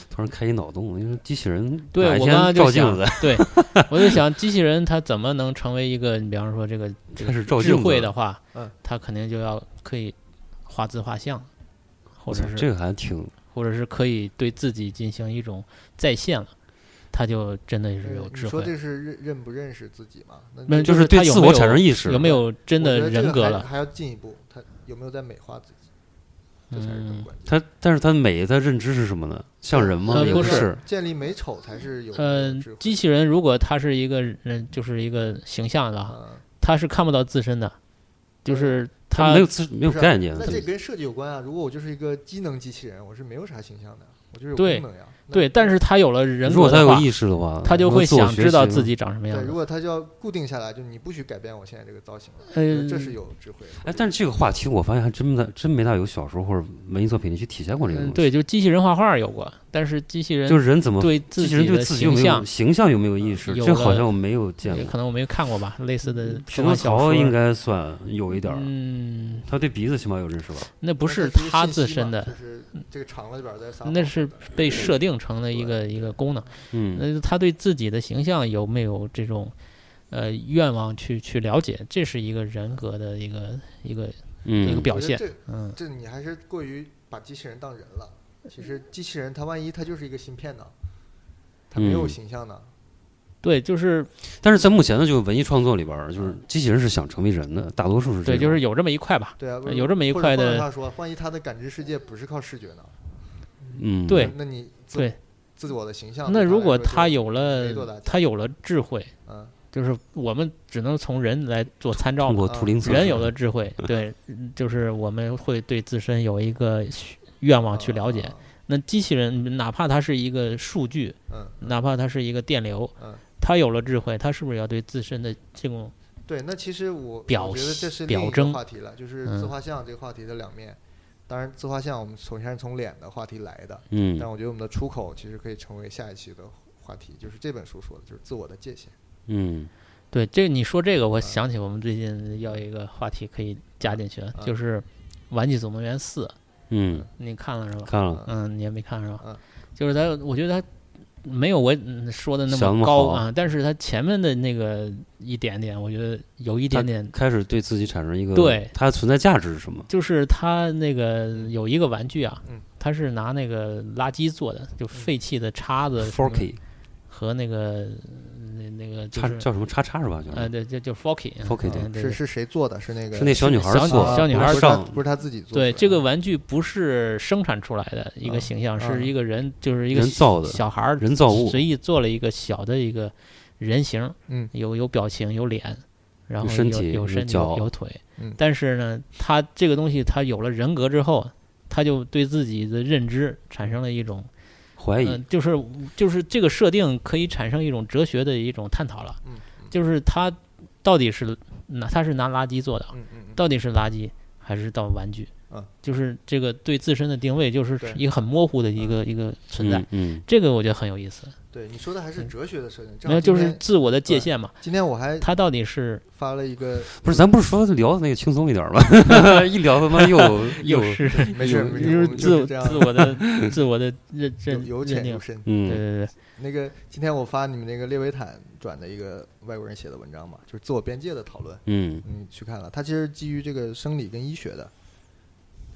Speaker 3: 突然开一脑洞，因为机器人
Speaker 5: 对
Speaker 3: 哪一
Speaker 5: 我
Speaker 3: 天
Speaker 5: 刚刚就
Speaker 3: 照镜
Speaker 5: 想
Speaker 3: 子，，
Speaker 5: 对我就想机器人它怎么能成为一个，你比方说这个这
Speaker 3: 开 *laughs*
Speaker 5: 个
Speaker 3: 始照
Speaker 5: 智
Speaker 3: 镜
Speaker 5: 慧
Speaker 3: 子
Speaker 5: 的话
Speaker 4: 嗯，
Speaker 5: 它肯定就要可以画字画像，或
Speaker 3: 我
Speaker 5: 者
Speaker 3: 操
Speaker 5: 是
Speaker 3: 这个还挺
Speaker 5: 或者是可以对自己进行一种再现了，他就真的是有
Speaker 4: 呃
Speaker 5: 智
Speaker 4: 你说
Speaker 5: 慧，
Speaker 4: 这是认认不认识自己嘛？那
Speaker 5: 没有
Speaker 3: 就是对
Speaker 5: 他有
Speaker 3: 自
Speaker 5: 没
Speaker 3: 我
Speaker 5: 有
Speaker 3: 产生意识
Speaker 5: 有没有真
Speaker 4: 我觉
Speaker 5: 的
Speaker 4: 得这
Speaker 5: 人
Speaker 4: 个
Speaker 5: 格
Speaker 4: 还
Speaker 5: 了？
Speaker 4: 还要进一步，他有没有在美化自己，这才是更
Speaker 5: 嗯，
Speaker 4: 关键。
Speaker 3: 他，但是他美在认知是什么呢？像人吗？
Speaker 5: 呃
Speaker 3: 也
Speaker 5: 不
Speaker 3: 是，
Speaker 4: 建立美丑才是有
Speaker 5: 呃
Speaker 4: 智慧，
Speaker 5: 机器人如果他是一个人，就是一个形象的话，
Speaker 4: 啊，
Speaker 5: 他是看不到自身的，就是
Speaker 3: 他
Speaker 5: 他
Speaker 3: 没有自没有
Speaker 4: 不是啊
Speaker 3: 概念
Speaker 4: 那
Speaker 3: 的，
Speaker 4: 这跟设计有关啊。如果我就是一个机能机器人，我是没有啥形象的，我就是有
Speaker 5: 对
Speaker 4: 功能呀。那
Speaker 5: 对，但是他有了人
Speaker 3: 如果
Speaker 5: 格
Speaker 3: 他
Speaker 5: 的
Speaker 3: 有
Speaker 5: 话，
Speaker 3: 意识的话，
Speaker 5: 他就
Speaker 3: 能
Speaker 5: 会
Speaker 3: 自我
Speaker 5: 想
Speaker 3: 学
Speaker 5: 知道
Speaker 3: 习
Speaker 5: 自己长什么样
Speaker 4: 对，如
Speaker 5: 子。
Speaker 4: 果它就要固定下来，就你不许改变我现在这个造型了，
Speaker 5: 呃，
Speaker 4: 这是有智慧的。
Speaker 3: 哎，但是这个话题我发现还真的真没大有小说或者文艺作品里去体现过这个东
Speaker 5: 嗯
Speaker 3: 西。
Speaker 5: 对，就机器人画画有过，但是机器人
Speaker 3: 就是人怎么
Speaker 5: 对
Speaker 3: 机
Speaker 5: 自
Speaker 3: 器
Speaker 5: 己
Speaker 3: 人对
Speaker 5: 的
Speaker 3: 自己有
Speaker 5: 形
Speaker 3: 没有
Speaker 5: 象，
Speaker 3: 形象有没有意识？
Speaker 5: 有
Speaker 3: 这好
Speaker 5: 了
Speaker 3: 像我没有见
Speaker 5: 也
Speaker 3: 过。
Speaker 5: 可能我没看过吧，类似的
Speaker 3: 匹
Speaker 5: 科
Speaker 3: 诺
Speaker 5: 幻小说
Speaker 3: 啊曹应该算有一点儿，
Speaker 5: 嗯，
Speaker 3: 他对鼻子起码有认识吧？
Speaker 5: 那不
Speaker 4: 不
Speaker 5: 是他自身
Speaker 4: 就
Speaker 5: 的，
Speaker 4: 是这个长了点儿在撒谎。
Speaker 5: 那是被设定成了一个一个功能。
Speaker 3: 嗯
Speaker 5: 那他对自己的形象有没有这种呃愿望去去了解，这是一个人格的一个一个一个
Speaker 3: 嗯
Speaker 5: 表
Speaker 4: 我觉得
Speaker 5: 现。
Speaker 4: 这
Speaker 5: 嗯，
Speaker 4: 这你还是过于把机器人当人了。其实
Speaker 5: 嗯
Speaker 4: 机器人它万一它就是一个芯片呢，它没有
Speaker 3: 嗯
Speaker 4: 形象呢。
Speaker 5: 对，就是
Speaker 3: 但是在目前的就文艺创作里边儿，就是机器人是想成为人的，大多数是这
Speaker 5: 对，就
Speaker 3: 种
Speaker 5: 是有这么一块吧。
Speaker 4: 对啊，
Speaker 5: 呃有这么一
Speaker 4: 或者
Speaker 5: 块
Speaker 4: 换句
Speaker 5: 的
Speaker 4: 话说，万一它的感知世界不是靠视觉呢？
Speaker 3: 嗯
Speaker 5: 对
Speaker 4: 那那你自
Speaker 5: 对，
Speaker 4: 自我的形象对它
Speaker 5: 那
Speaker 4: 来说就。
Speaker 5: 如果他
Speaker 4: 他
Speaker 5: 有
Speaker 4: 没多大
Speaker 5: 了
Speaker 4: 价
Speaker 5: 他有了智慧，
Speaker 4: 嗯，
Speaker 5: 就是我们只能从人来做参照
Speaker 3: 通
Speaker 5: 嘛。
Speaker 3: 过图灵测
Speaker 5: 呃人
Speaker 3: 试
Speaker 5: 有了
Speaker 3: *laughs*
Speaker 5: 智慧，对，嗯就是我们会对自身有一个需愿望去了
Speaker 4: 啊
Speaker 5: 解。那机器人哪怕它是一个数据，
Speaker 4: 嗯，
Speaker 5: 哪怕它是一个电流
Speaker 4: 嗯，
Speaker 5: 它有了智慧，它是不是要对自身的这种
Speaker 4: 对，那其实我
Speaker 5: 表
Speaker 4: 我觉得这
Speaker 5: 现
Speaker 4: 是
Speaker 5: 表
Speaker 4: 另一个
Speaker 5: 征
Speaker 4: 话题了，就是
Speaker 5: 嗯
Speaker 4: 自画像这个话题的两面。当然，自画像我们首先是从脸的话题来的，
Speaker 3: 嗯
Speaker 4: 但我觉得我们的出口其实可以成为下一期的话题，就是这本书说的，就是自我的界限。
Speaker 3: 嗯
Speaker 5: 对，这你说这个，
Speaker 4: 嗯
Speaker 5: 我想起我们最近要一个话题可以加进去，
Speaker 4: 嗯
Speaker 5: 就是《玩具总动员四》，
Speaker 3: 嗯，
Speaker 5: 你看了是吧？
Speaker 3: 看了，
Speaker 5: 嗯，你也没看是吧？
Speaker 4: 嗯
Speaker 5: 就是他，我觉得他没有我嗯说的那
Speaker 3: 想那
Speaker 5: 么
Speaker 3: 么
Speaker 5: 高
Speaker 3: 好
Speaker 5: 啊，但是他前面的那个一点点，我觉得有一点点，
Speaker 3: 开始对自己产生一个
Speaker 5: 对
Speaker 3: 它存在价值是什么？
Speaker 5: 就是他那个有一个玩具啊
Speaker 4: 嗯，
Speaker 5: 他是拿那个垃圾做的，就废弃的叉子什么
Speaker 3: Forky
Speaker 5: 和那个那那个就
Speaker 3: 叉
Speaker 5: 是
Speaker 3: 叫什么叉叉是吧？叫
Speaker 5: 呃，对，就就 Forky 啊
Speaker 3: Forky，对
Speaker 5: 嗯
Speaker 4: 是是谁做的？是那个
Speaker 3: 是那小女孩
Speaker 5: 小女
Speaker 3: 做
Speaker 4: 啊
Speaker 3: 的，
Speaker 5: 小女孩
Speaker 4: 不
Speaker 3: 不
Speaker 4: 是
Speaker 3: 是
Speaker 4: 他
Speaker 3: 上
Speaker 4: 不是他自己做的。
Speaker 5: 对，这个
Speaker 3: 啊
Speaker 5: 玩具不是生产出来的一个
Speaker 4: 啊
Speaker 5: 形象，
Speaker 4: 啊
Speaker 5: 是一个人，就是一个
Speaker 3: 人造的
Speaker 5: 小孩儿
Speaker 3: 人造物，
Speaker 5: 随意做了一个小的一个人形儿，
Speaker 4: 嗯
Speaker 5: 有有表情，有脸，然后
Speaker 3: 有
Speaker 5: 有
Speaker 3: 身体
Speaker 5: 有
Speaker 3: 有
Speaker 5: 身体，
Speaker 3: 脚
Speaker 5: 有有腿
Speaker 4: 嗯。
Speaker 5: 但是呢，他这个东西他有了人格之后，他就对自己的认知产生了一种，
Speaker 3: 怀疑
Speaker 5: 嗯、就是就是这个设定可以产生一种哲学的一种探讨了，
Speaker 4: 嗯
Speaker 5: 就是他到底是拿他是拿垃圾做的，
Speaker 4: 嗯嗯
Speaker 5: 到底是垃圾还是到玩具？
Speaker 4: 嗯
Speaker 5: 就是这个对自身的定位，就是
Speaker 4: 对
Speaker 5: 一个很模糊的一个一个存在。
Speaker 3: 嗯嗯，
Speaker 5: 这个我觉得很有意思，
Speaker 4: 嗯，对你说的还是哲学的设定。正
Speaker 5: 没
Speaker 4: 好
Speaker 5: 有就
Speaker 4: 今
Speaker 5: 是
Speaker 4: 天
Speaker 5: 自我的界限嘛，
Speaker 4: 今天我还
Speaker 5: 它到底是
Speaker 4: 发了一个，
Speaker 3: 不是，咱不是说聊那个轻松一点吗？ *laughs* 一聊他妈
Speaker 5: *laughs*
Speaker 3: 又又
Speaker 5: 是
Speaker 4: 没事
Speaker 3: 有
Speaker 4: 没事，我
Speaker 5: 就是
Speaker 4: 们
Speaker 5: 自
Speaker 4: 就是这
Speaker 5: 我自
Speaker 4: 样
Speaker 5: 我的自我的认认
Speaker 4: 由由
Speaker 5: 认
Speaker 4: 浅入
Speaker 5: 定，
Speaker 4: 深。
Speaker 5: 对
Speaker 3: 嗯
Speaker 5: 对对，
Speaker 4: 那个今天我发你们那个列维坦转的一个外国人写的文章嘛，就是自我边界的讨论，
Speaker 3: 嗯
Speaker 4: 你去看了，他其实基于这个生理跟医学的